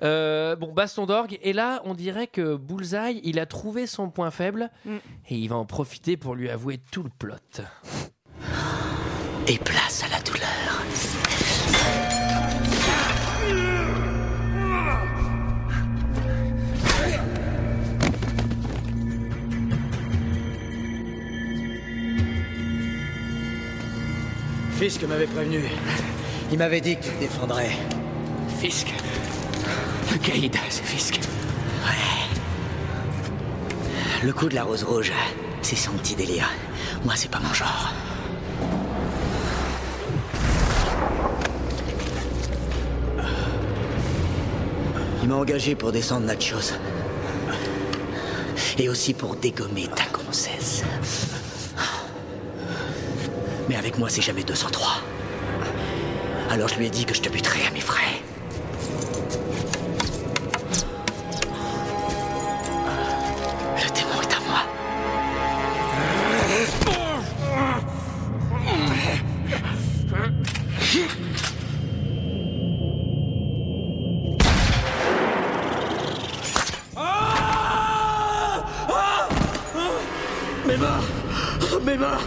Euh, bon, baston d'orgue. Et là, on dirait que Bullseye, il a trouvé son point faible Mm. et il va en profiter pour lui avouer tout le plot. Et place à la douleur. Fisk m'avait prévenu. Il m'avait dit que tu te défendrais. Fisk. Le caïd, c'est Fisk. Le coup de la rose rouge, c'est son petit délire. Moi, c'est pas mon genre. Il m'a engagé pour descendre Nachos. Et aussi pour dégommer ta grossesse. Mais avec moi, c'est jamais 203. Alors je lui ai dit que je te buterais à mes frais. Le démon est à moi. Mes mains Mes mains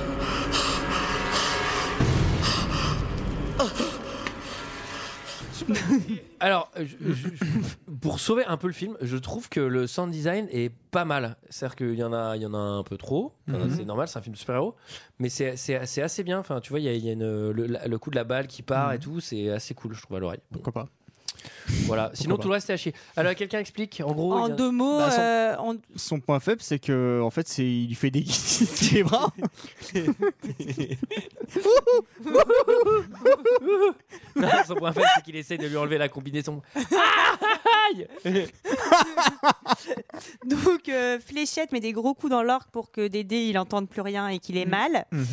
Alors, euh, je- je- je- pour sauver un peu le film, je trouve que le sound design est pas mal. C'est-à-dire qu'il y en a, il y en a un peu trop. Enfin, Mhm. C'est normal, c'est un film de super-héros, mais c'est c'est- c'est assez bien. Enfin, tu vois, il y a, il y a une- le, la- le coup de la balle qui part Mhm. et tout, c'est assez cool, je trouve à l'oreille. Pourquoi pas Voilà. Sinon, pas. tout le reste est à chier. Alors, quelqu'un explique en gros. En il y a- deux mots, Bah, sans- euh, en- Son point faible, c'est que en fait, c'est il lui fait déguiser ses bras. Non, son point faible, c'est qu'il essaie de lui enlever la combinaison. Aïe Donc, euh, Fléchette met des gros coups dans l'orgue pour que Dédé, il entende plus rien et Mm. qu'il ait mal. Mhm.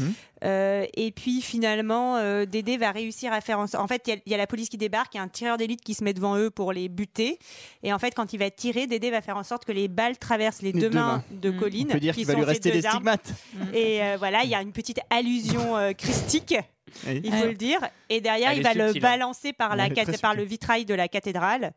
Euh, et puis finalement, euh, Dédé va réussir à faire en sorte. En fait, il y a- il y, a la police qui débarque, il y a un tireur d'élite qui se met devant eux pour les buter. Et en fait, quand il va tirer, Dédé va faire en sorte que les balles traversent les deux, mains, de Colline. On peut dire qui qu'il va sont lui ses rester deux des armes. stigmates. Et euh, voilà, il y a une petite allusion euh, christique, Oui. il faut Ouais. le dire. Et derrière, Elle il est va le subtile, hein. balancer par, la Elle est cath- très par le vitrail de la cathédrale.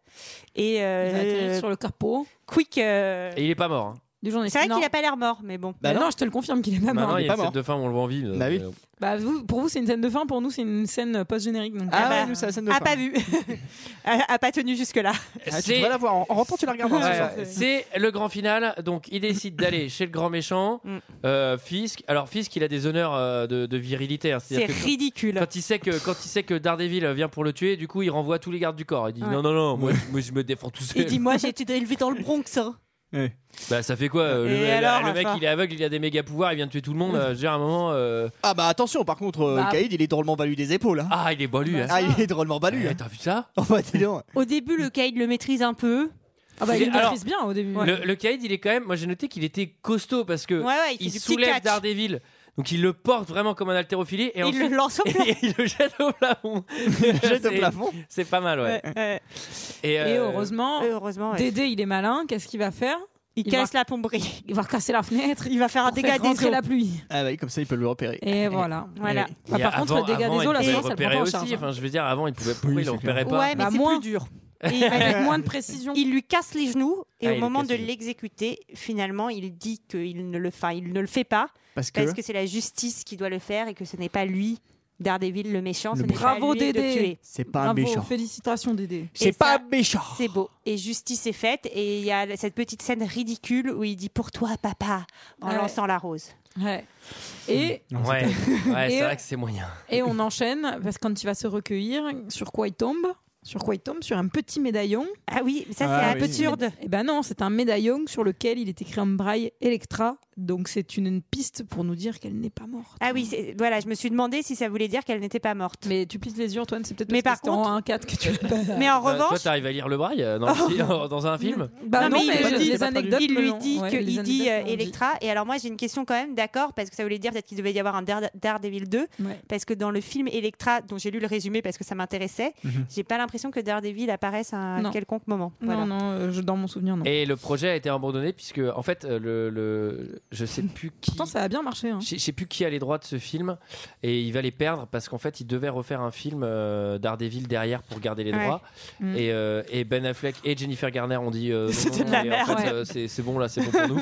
Et, euh, Il va atterrir sur le corpo. Quick. euh, Et il est pas mort. hein. Du jour, on est- C'est vrai Non. qu'il a pas l'air mort, mais bon. Bah non, je te le confirme qu'il est pas Maintenant, mort. Bah il y a une scène de fin où on le voit en euh, vie. Bah oui. Bah, vous- pour vous, c'est une scène de fin. Pour nous, c'est une scène euh, post-générique. donc, Ah euh, ouais, nous, c'est la scène de a fin. pas vu, a, a pas tenu jusque là. Ah, tu devrais la voir. En, en rentrant, tu la regarderas. ce soir. Ouais, c'est le grand final. Donc, il décide d'aller chez le grand méchant, Mm. euh, Fisk. Alors, Fisk, il a des honneurs euh, de, de virilité. hein. C'est-à-dire C'est que quand- ridicule. Quand il, sait que, quand il sait que Daredevil vient pour le tuer, du coup, il renvoie tous les gardes du corps. Il dit Ouais. Non, non, non, moi, je- moi, je me défends tout seul. Il dit Moi j'ai été élevé dans le Bronx. hein. Bah, ça fait quoi euh, Et le, alors, le mec, enfin Mm. il est aveugle, il a des méga pouvoirs, il vient de tuer tout le monde. J'ai un moment. euh, Ah bah attention, par contre, euh, Bah. Kaïd, il est drôlement valu des épaules. hein. Ah, il est balu. hein. Ah, il est drôlement balu. Eh, hein. T'as vu ça Oh bah dis donc. Au début, le Cade le maîtrise un peu. Ah bah, Il il est- le alors, maîtrise bien au début. Le, le Kaïd, il est quand même. Moi, j'ai noté qu'il était costaud parce que Ouais, ouais, il fait Euh, il, du petit soulève catch. Daredevil. Donc, il le porte vraiment comme un haltérophile. Et Il ensuite, le lance au plafond. et il le jette au plafond. Il le jette au plafond. C'est pas mal, ouais. Ouais, ouais. Et, euh, Et heureusement, Et heureusement, Euh, ouais. Dédé, il est malin. Qu'est-ce qu'il va faire Il, Il casse va- la plomberie. Il va casser la fenêtre. Il va faire un pour dégât faire des rentrer eaux. la pluie. Ah bah oui, comme ça, ils peuvent le repérer. Eh, Et voilà. Voilà. Bah, par contre, le dégât des eaux, là, ils pouvaient ça, ça le prend repérer pas en charge. aussi. Enfin, je veux dire, avant, ils pouvaient, pourquoi ils le repéraient pas Ouais, mais Bah, c'est moins. plus dur. Et il va Avec mettre moins de précision. Il lui casse les genoux Ah, il et au lui moment casse de les genoux. l'exécuter, finalement, il dit qu'il ne le, enfin, il ne le fait pas Parce que- c'est la justice qui doit le faire et que ce n'est pas lui, Daredevil, le méchant. Le ce n'est Bravo pas lui de Dédé. tuer. C'est pas un méchant. Félicitations Dédé. Et C'est pas ça, méchant. C'est beau. Et justice est faite. Et il y a cette petite scène ridicule où il dit pour toi, papa, Ah en Ouais. lançant la rose. Ouais. Et Ouais, ouais Et- euh, c'est vrai que c'est moyen. Et on enchaîne, parce que quand il va se recueillir, sur quoi il tombe Sur quoi il tombe Sur un petit médaillon. Ah oui, ça, Ah c'est oui. absurde. Eh ben non, c'est un médaillon sur lequel il est écrit en braille Electra. Donc c'est une, une piste pour nous dire qu'elle n'est pas morte. Ah oui, c'est- voilà, je me suis demandé si ça voulait dire qu'elle n'était pas morte. Mais euh, tu pisses les yeux, Antoine, c'est peut-être Mais parce par que c'était contre- en 1-4 que tu l'as pas. Mais en Bah, Toi- Toi, revanche, t'arrives à lire le braille euh, dans, le film- dans un film Bah non, mais mais, il je- dit- les anecdotes. il me lui l'ont- dit ouais, les qu'il dit anecdotes me euh, l'ont dit. Electra. Et alors moi j'ai une question quand même, d'accord, parce que ça voulait dire peut-être qu'il devait y avoir un Dare- Daredevil 2, Ouais. parce que dans le film Electra, dont j'ai lu le résumé parce que ça m'intéressait, Mhm. j'ai pas l'impression que Daredevil apparaisse à un Non. quelconque moment. Voilà. Non, non, euh, je, dans mon souvenir, non. Et le projet a été abandonné puisque, en fait, euh, le, le- je sais plus qui. Pourtant, ça a bien marché. hein. Je sais- je sais plus qui a les droits de ce film et il va les perdre parce qu'en fait il devait refaire un film euh, Daredevil derrière pour garder les Ouais. droits Mm. et, euh, et Ben Affleck et Jennifer Garner ont dit euh, non, C'était non, de la mais en fait, merde. euh, c'est c'est bon là c'est bon pour nous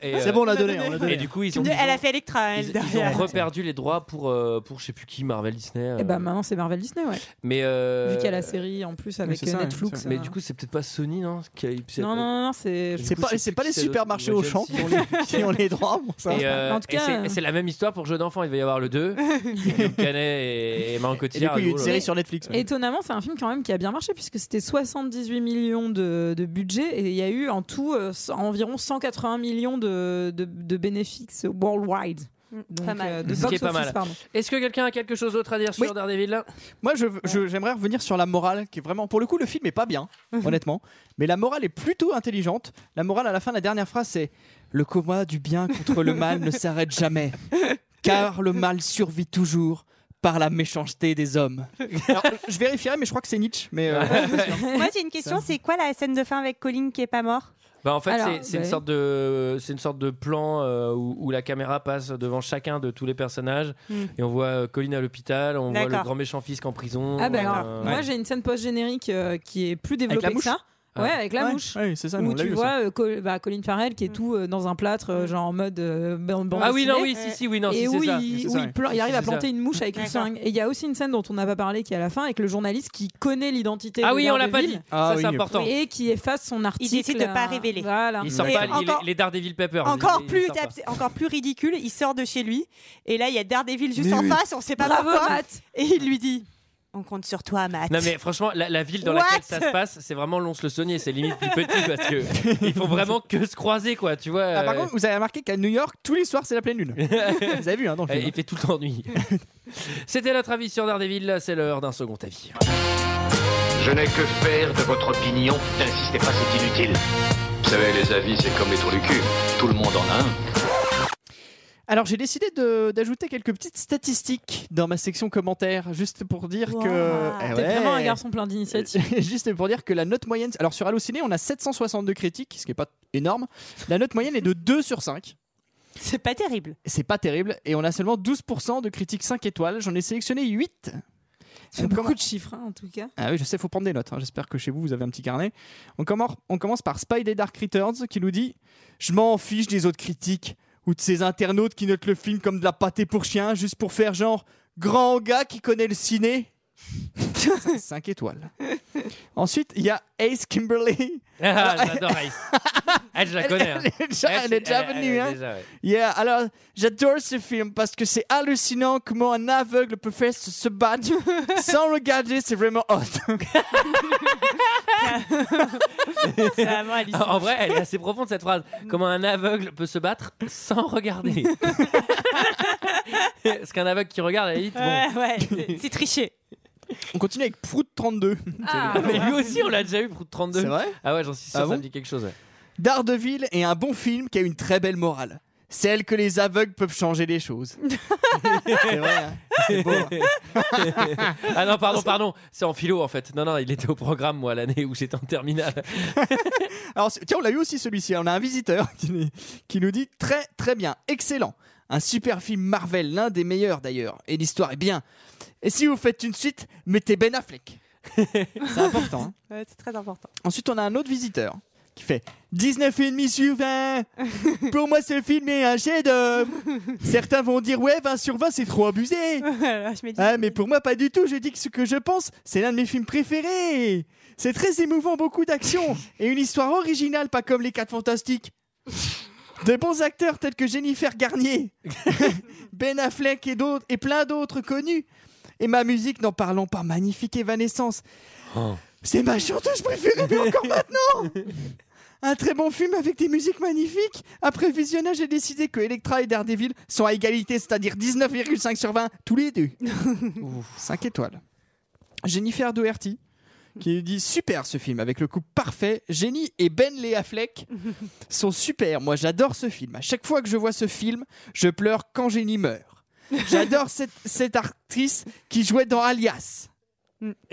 Et, euh, C'est bon, on l'a donné. donné. on l'a et donné. du coup ils Tu ont, me dis, elle a fait Electra. ils- Elle, ils derrière. ont reperdu les droits pour euh, pour je sais plus qui Marvel Disney euh, Eh ben maintenant, c'est Marvel Disney, ouais. mais euh, Vu qu'il y a la série en plus avec c'est ça, euh, Netflix. mais euh, du coup c'est peut-être pas Sony non, qui a- Non, non, non, non, c'est. Du C'est coup, pas, je sais c'est plus pas qui les c'est l'autre, super marchés au champ Agency. qui ont les- qui ont les droits pour ça. Et, euh, En tout et cas, c'est- euh, et c'est la même histoire pour Jeux d'enfants. Il devait y avoir le 2. Canet et, et Marion Et du Cotillard. coup, il y a et une tout, série là. sur Netflix. ouais. Étonnamment, c'est un film quand même qui a bien marché puisque c'était 78 millions de, de budget et il y a eu en tout euh, c- environ 180 millions de, de, de bénéfices worldwide. Mm, Donc, pas mal. euh, de Ce qui est box pas office, mal. pardon. Est-ce que quelqu'un a quelque chose d'autre à dire sur Oui. Daredevil là Moi, je- je- j'aimerais revenir sur la morale, qui est vraiment, pour le coup, le film est pas bien, honnêtement, mais la morale est plutôt intelligente. La morale à la fin, la dernière phrase, c'est le combat du bien contre le mal ne s'arrête jamais, car le mal survit toujours par la méchanceté des hommes. Alors, je vérifierai, mais je crois que c'est Nietzsche. Mais euh, Moi j'ai une question, c'est quoi la scène de fin avec Colin qui est pas mort Bah, en fait, Alors, c'est- c'est ouais. une sorte de c'est une sorte de plan euh, où, où la caméra passe devant chacun de tous les personnages Mm. et on voit euh, Colin à l'hôpital, on voit le D'accord. grand méchant fisc en prison. Ah ben euh, alors, moi j'ai une scène post-générique euh, qui est plus la développée que mouche ça. Ouais, Ouais. avec la ouais, mouche. ouais, c'est ça, nous, on Où l'a tu eu, ça. vois euh, Col- bah, Colin Farrell qui est tout euh, dans un plâtre, euh, genre en mode. euh, bande- bande Mm. ah oui non dessinée. oui si si oui non si et c'est où, ça. il, C'est où ça, il ouais. plan- il arrive C'est à ça. planter une mouche avec une D'accord. seringue. Et il y a aussi une scène dont on n'a pas parlé qui est à la fin avec le journaliste qui connaît l'identité. Ah de oui on l'a pas Daredevil. dit. Ah ça c'est oui. important. Et qui efface son article. décide de euh, pas révéler. Voilà. Il sort Et pas il- encore- les, les Daredevil Peppers. encore, il- il plus sort pas. abs- encore plus ridicule, il sort de chez lui et là il y a Daredevil juste Mais en oui. face, on sait pas Bravo, pourquoi. Matt. Et il lui dit On compte sur toi, Matt. Non mais franchement, la, la ville dans What laquelle ça se passe, c'est vraiment lons le saunier c'est limite plus petit parce que ils font vraiment que se croiser quoi, tu vois. Ah, par euh, contre, vous avez remarqué qu'à New York, tous les soirs, c'est la pleine lune. vous avez vu, hein, dans le euh, film. il fait tout l'ennui. C'était notre avis sur Daredevil, là, c'est l'heure d'un second avis. Je n'ai que faire de votre opinion. N'insistez pas, c'est inutile. Vous savez, les avis, c'est comme les trous du cul. Tout le monde en a un. Alors j'ai décidé de- d'ajouter quelques petites statistiques dans ma section commentaires, juste pour dire Wow. que... Eh Ah T'es ouais. vraiment un garçon plein d'initiative. juste pour dire que la note moyenne... Alors sur Allociné, on a 762 critiques, ce qui est pas énorme. La note moyenne est de 2 sur 5. C'est pas terrible. C'est pas terrible. Et on a seulement 12% de critiques 5 étoiles. J'en ai sélectionné 8. Euh, C'est beaucoup de chiffres hein, en tout cas. Ah oui, je sais, faut prendre des notes. hein. J'espère que chez vous, vous avez un petit carnet. On commence, on commence par Spidey Dark Returns qui nous dit Je m'en fiche des autres critiques ou de ces internautes qui notent le film comme de la pâtée pour chien juste pour faire genre grand gars qui connaît le ciné. 5 étoiles. Ensuite, il y a Ace Kimberly. Ah, J'adore Ace. Elle, je la connais. hein. Elle est déjà, elle est déjà elle- elle- venue. elle est hein. déjà, ouais. Yeah, alors j'adore ce film parce que c'est hallucinant comment un aveugle peut faire se, se battre sans regarder, c'est vraiment hot. C'est vraiment hallucinant. En vrai, elle est assez profonde cette phrase. Comment un aveugle peut se battre sans regarder Parce qu'un aveugle qui regarde, à la limite, bon. Ouais, Ah ouais, c'est- c'est triché. On continue avec Prout 32. Ah, mais lui aussi, on l'a déjà eu pour C'est 32. vrai Ah ouais, j'en suis sûr, Ah ça bon me dit quelque chose. ouais. Daredevil est un bon film qui a une très belle morale. celle que les aveugles peuvent changer les choses. c'est vrai, hein c'est beau. hein Ah non, pardon, pardon, c'est en philo en fait. Non, non, il était au programme moi l'année où j'étais en terminale. Alors, c'est- tiens, on l'a eu aussi celui-ci. hein. On a un visiteur qui, nous- qui nous dit très très bien, excellent. Un super film Marvel, l'un des meilleurs d'ailleurs. Et l'histoire est bien. Et si vous faites une suite, mettez Ben Affleck. c'est important. hein. Ouais, c'est très important. Ensuite, on a un autre visiteur qui fait 19 et demi sur 20. Pour moi, ce film est un chef-d'œuvre. Certains vont dire ouais, 20 sur 20, c'est trop abusé. Ah, mais pour moi, pas du tout. Je dis que ce que je pense, c'est l'un de mes films préférés. C'est très émouvant, beaucoup d'action et une histoire originale, pas comme les 4 fantastiques. De bons acteurs tels que Jennifer Garnier, Ben Affleck et d'autres et plein d'autres connus. Et ma musique, n'en parlons pas, magnifique évanescence. C'est ma chanteuse préférée, mais encore maintenant Un très bon film avec des musiques magnifiques. Après visionnage, j'ai décidé que Electra et Daredevil sont à égalité, c'est-à-dire 19,5 sur 20, tous les deux. 5 étoiles. Jennifer Doherty, qui dit Super ce film, avec le couple parfait. Jenny et Ben Léa Fleck sont super. Moi, j'adore ce film. À chaque fois que je vois ce film, je pleure quand Jenny meurt. J'adore cette, cette actrice qui jouait dans Alias.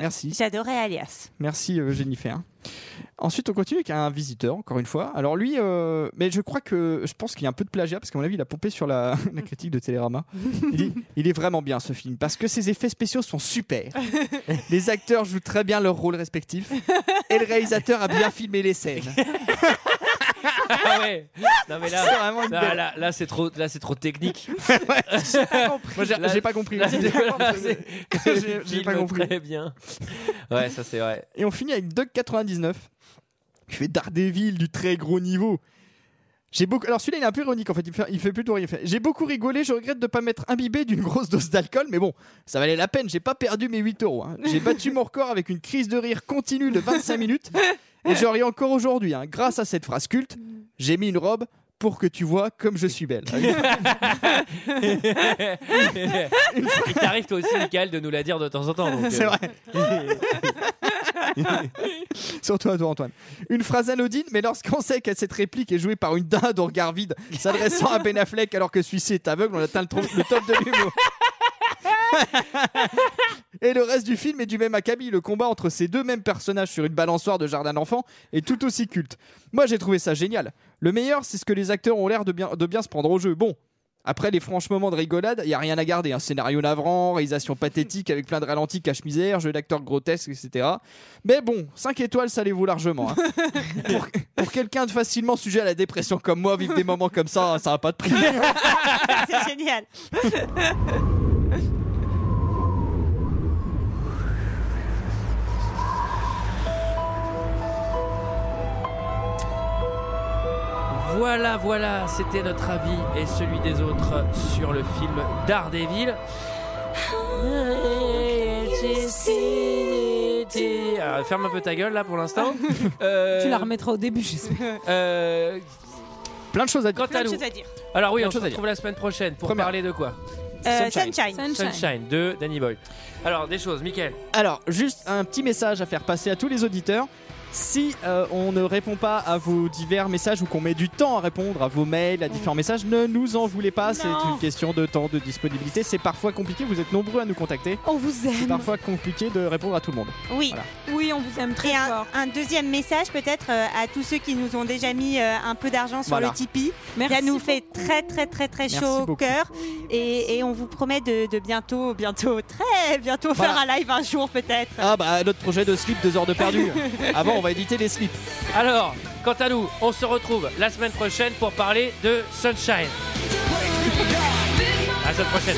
Merci. J'adorais Alias. Merci euh, Jennifer. Ensuite, on continue avec un visiteur, encore une fois. Alors lui, euh, mais je crois que je pense qu'il y a un peu de plagiat parce qu'à mon avis, il a pompé sur la, la critique de Télérama. Il dit, il est vraiment bien ce film parce que ses effets spéciaux sont super. Les acteurs jouent très bien leurs rôles respectifs et le réalisateur a bien filmé les scènes. ah ouais. Non mais là, C'est vraiment une là, belle- là- là, c'est trop, là c'est trop technique. J'ai pas compris. Moi, j'ai- Là- j'ai pas compris. là, J'ai c'est- pas là, compris. c'est- J'ai- j'ai filme pas compris. Très bien. Ouais, ça c'est vrai. Et on finit avec Doug 99. Il fait Daredevil du très gros niveau. J'ai beaucoup. Alors celui-là, il est un peu ironique en fait. Il fait, il fait plutôt rire. Il fait, J'ai beaucoup rigolé. Je regrette de pas m'être imbibé d'une grosse dose d'alcool, mais bon, ça valait la peine. J'ai pas perdu mes 8 euros. hein. J'ai battu mon record avec une crise de rire continue de 25 minutes, et j'en ris encore aujourd'hui. hein. Grâce à cette phrase culte, j'ai mis une robe pour que tu vois comme je suis belle. Il t'arrive toi aussi, Michael, de nous la dire de temps en temps. donc, euh, C'est vrai. Surtout à toi, Antoine. Une phrase anodine, mais lorsqu'on sait que cette réplique est jouée par une dinde au regard vide, s'adressant à Ben Affleck alors que celui-ci est aveugle, on atteint le, tro- le top de l'humour. Et le reste du film est du même acabit. Le combat entre ces deux mêmes personnages sur une balançoire de jardin d'enfants est tout aussi culte. Moi, j'ai trouvé ça génial. Le meilleur, c'est ce que les acteurs ont l'air de bien, de bien se prendre au jeu. Bon. Après les franches moments de rigolade, il y a rien à garder. Un scénario navrant, réalisation pathétique avec plein de ralentis, cache-misère, jeu d'acteurs grotesque, etc. Mais bon, 5 étoiles, ça les vaut largement. hein. pour pour quelqu'un de facilement sujet à la dépression comme moi, vivre des moments comme ça, ça n'a pas de prix. c'est génial. Voilà, voilà, c'était notre avis et celui des autres sur le film Daredevil. Ah, ferme un peu ta gueule là pour l'instant. Euh, Tu la remettras au début, j'espère. euh, Plein de choses à dire. Quant à nous. Alors oui, on se retrouve la semaine prochaine pour parler de quoi Euh, Sunshine. Sunshine. Sunshine de Danny Boy. Alors des choses, Michael. Alors, juste un petit message à faire passer à tous les auditeurs. Si euh, on ne répond pas à vos divers messages ou qu'on met du temps à répondre à vos mails, à différents messages, ne nous en voulez pas. C'est Non. une question de temps, de disponibilité. C'est parfois compliqué. Vous êtes nombreux à nous contacter. On vous aime. C'est parfois compliqué de répondre à tout le monde. Oui. Voilà. Oui, on vous aime très un, fort. Un deuxième message peut-être euh, à tous ceux qui nous ont déjà mis euh, un peu d'argent sur Voilà. le Tipeee. Ça nous fait très très très très Merci chaud au beaucoup. cœur et, et on vous promet de, de bientôt, bientôt, très bientôt Voilà. faire un live un jour peut-être. Ah bah notre projet de slip, deux heures de perdu. Avant on va éditer les slips. Alors, quant à nous, on se retrouve la semaine prochaine pour parler de Sunshine. À la semaine prochaine.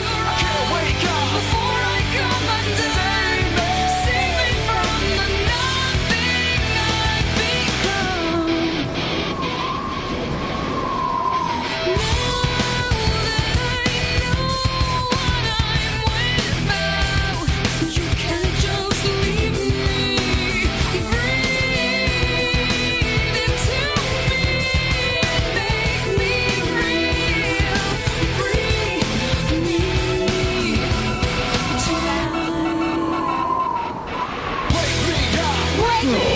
Wake me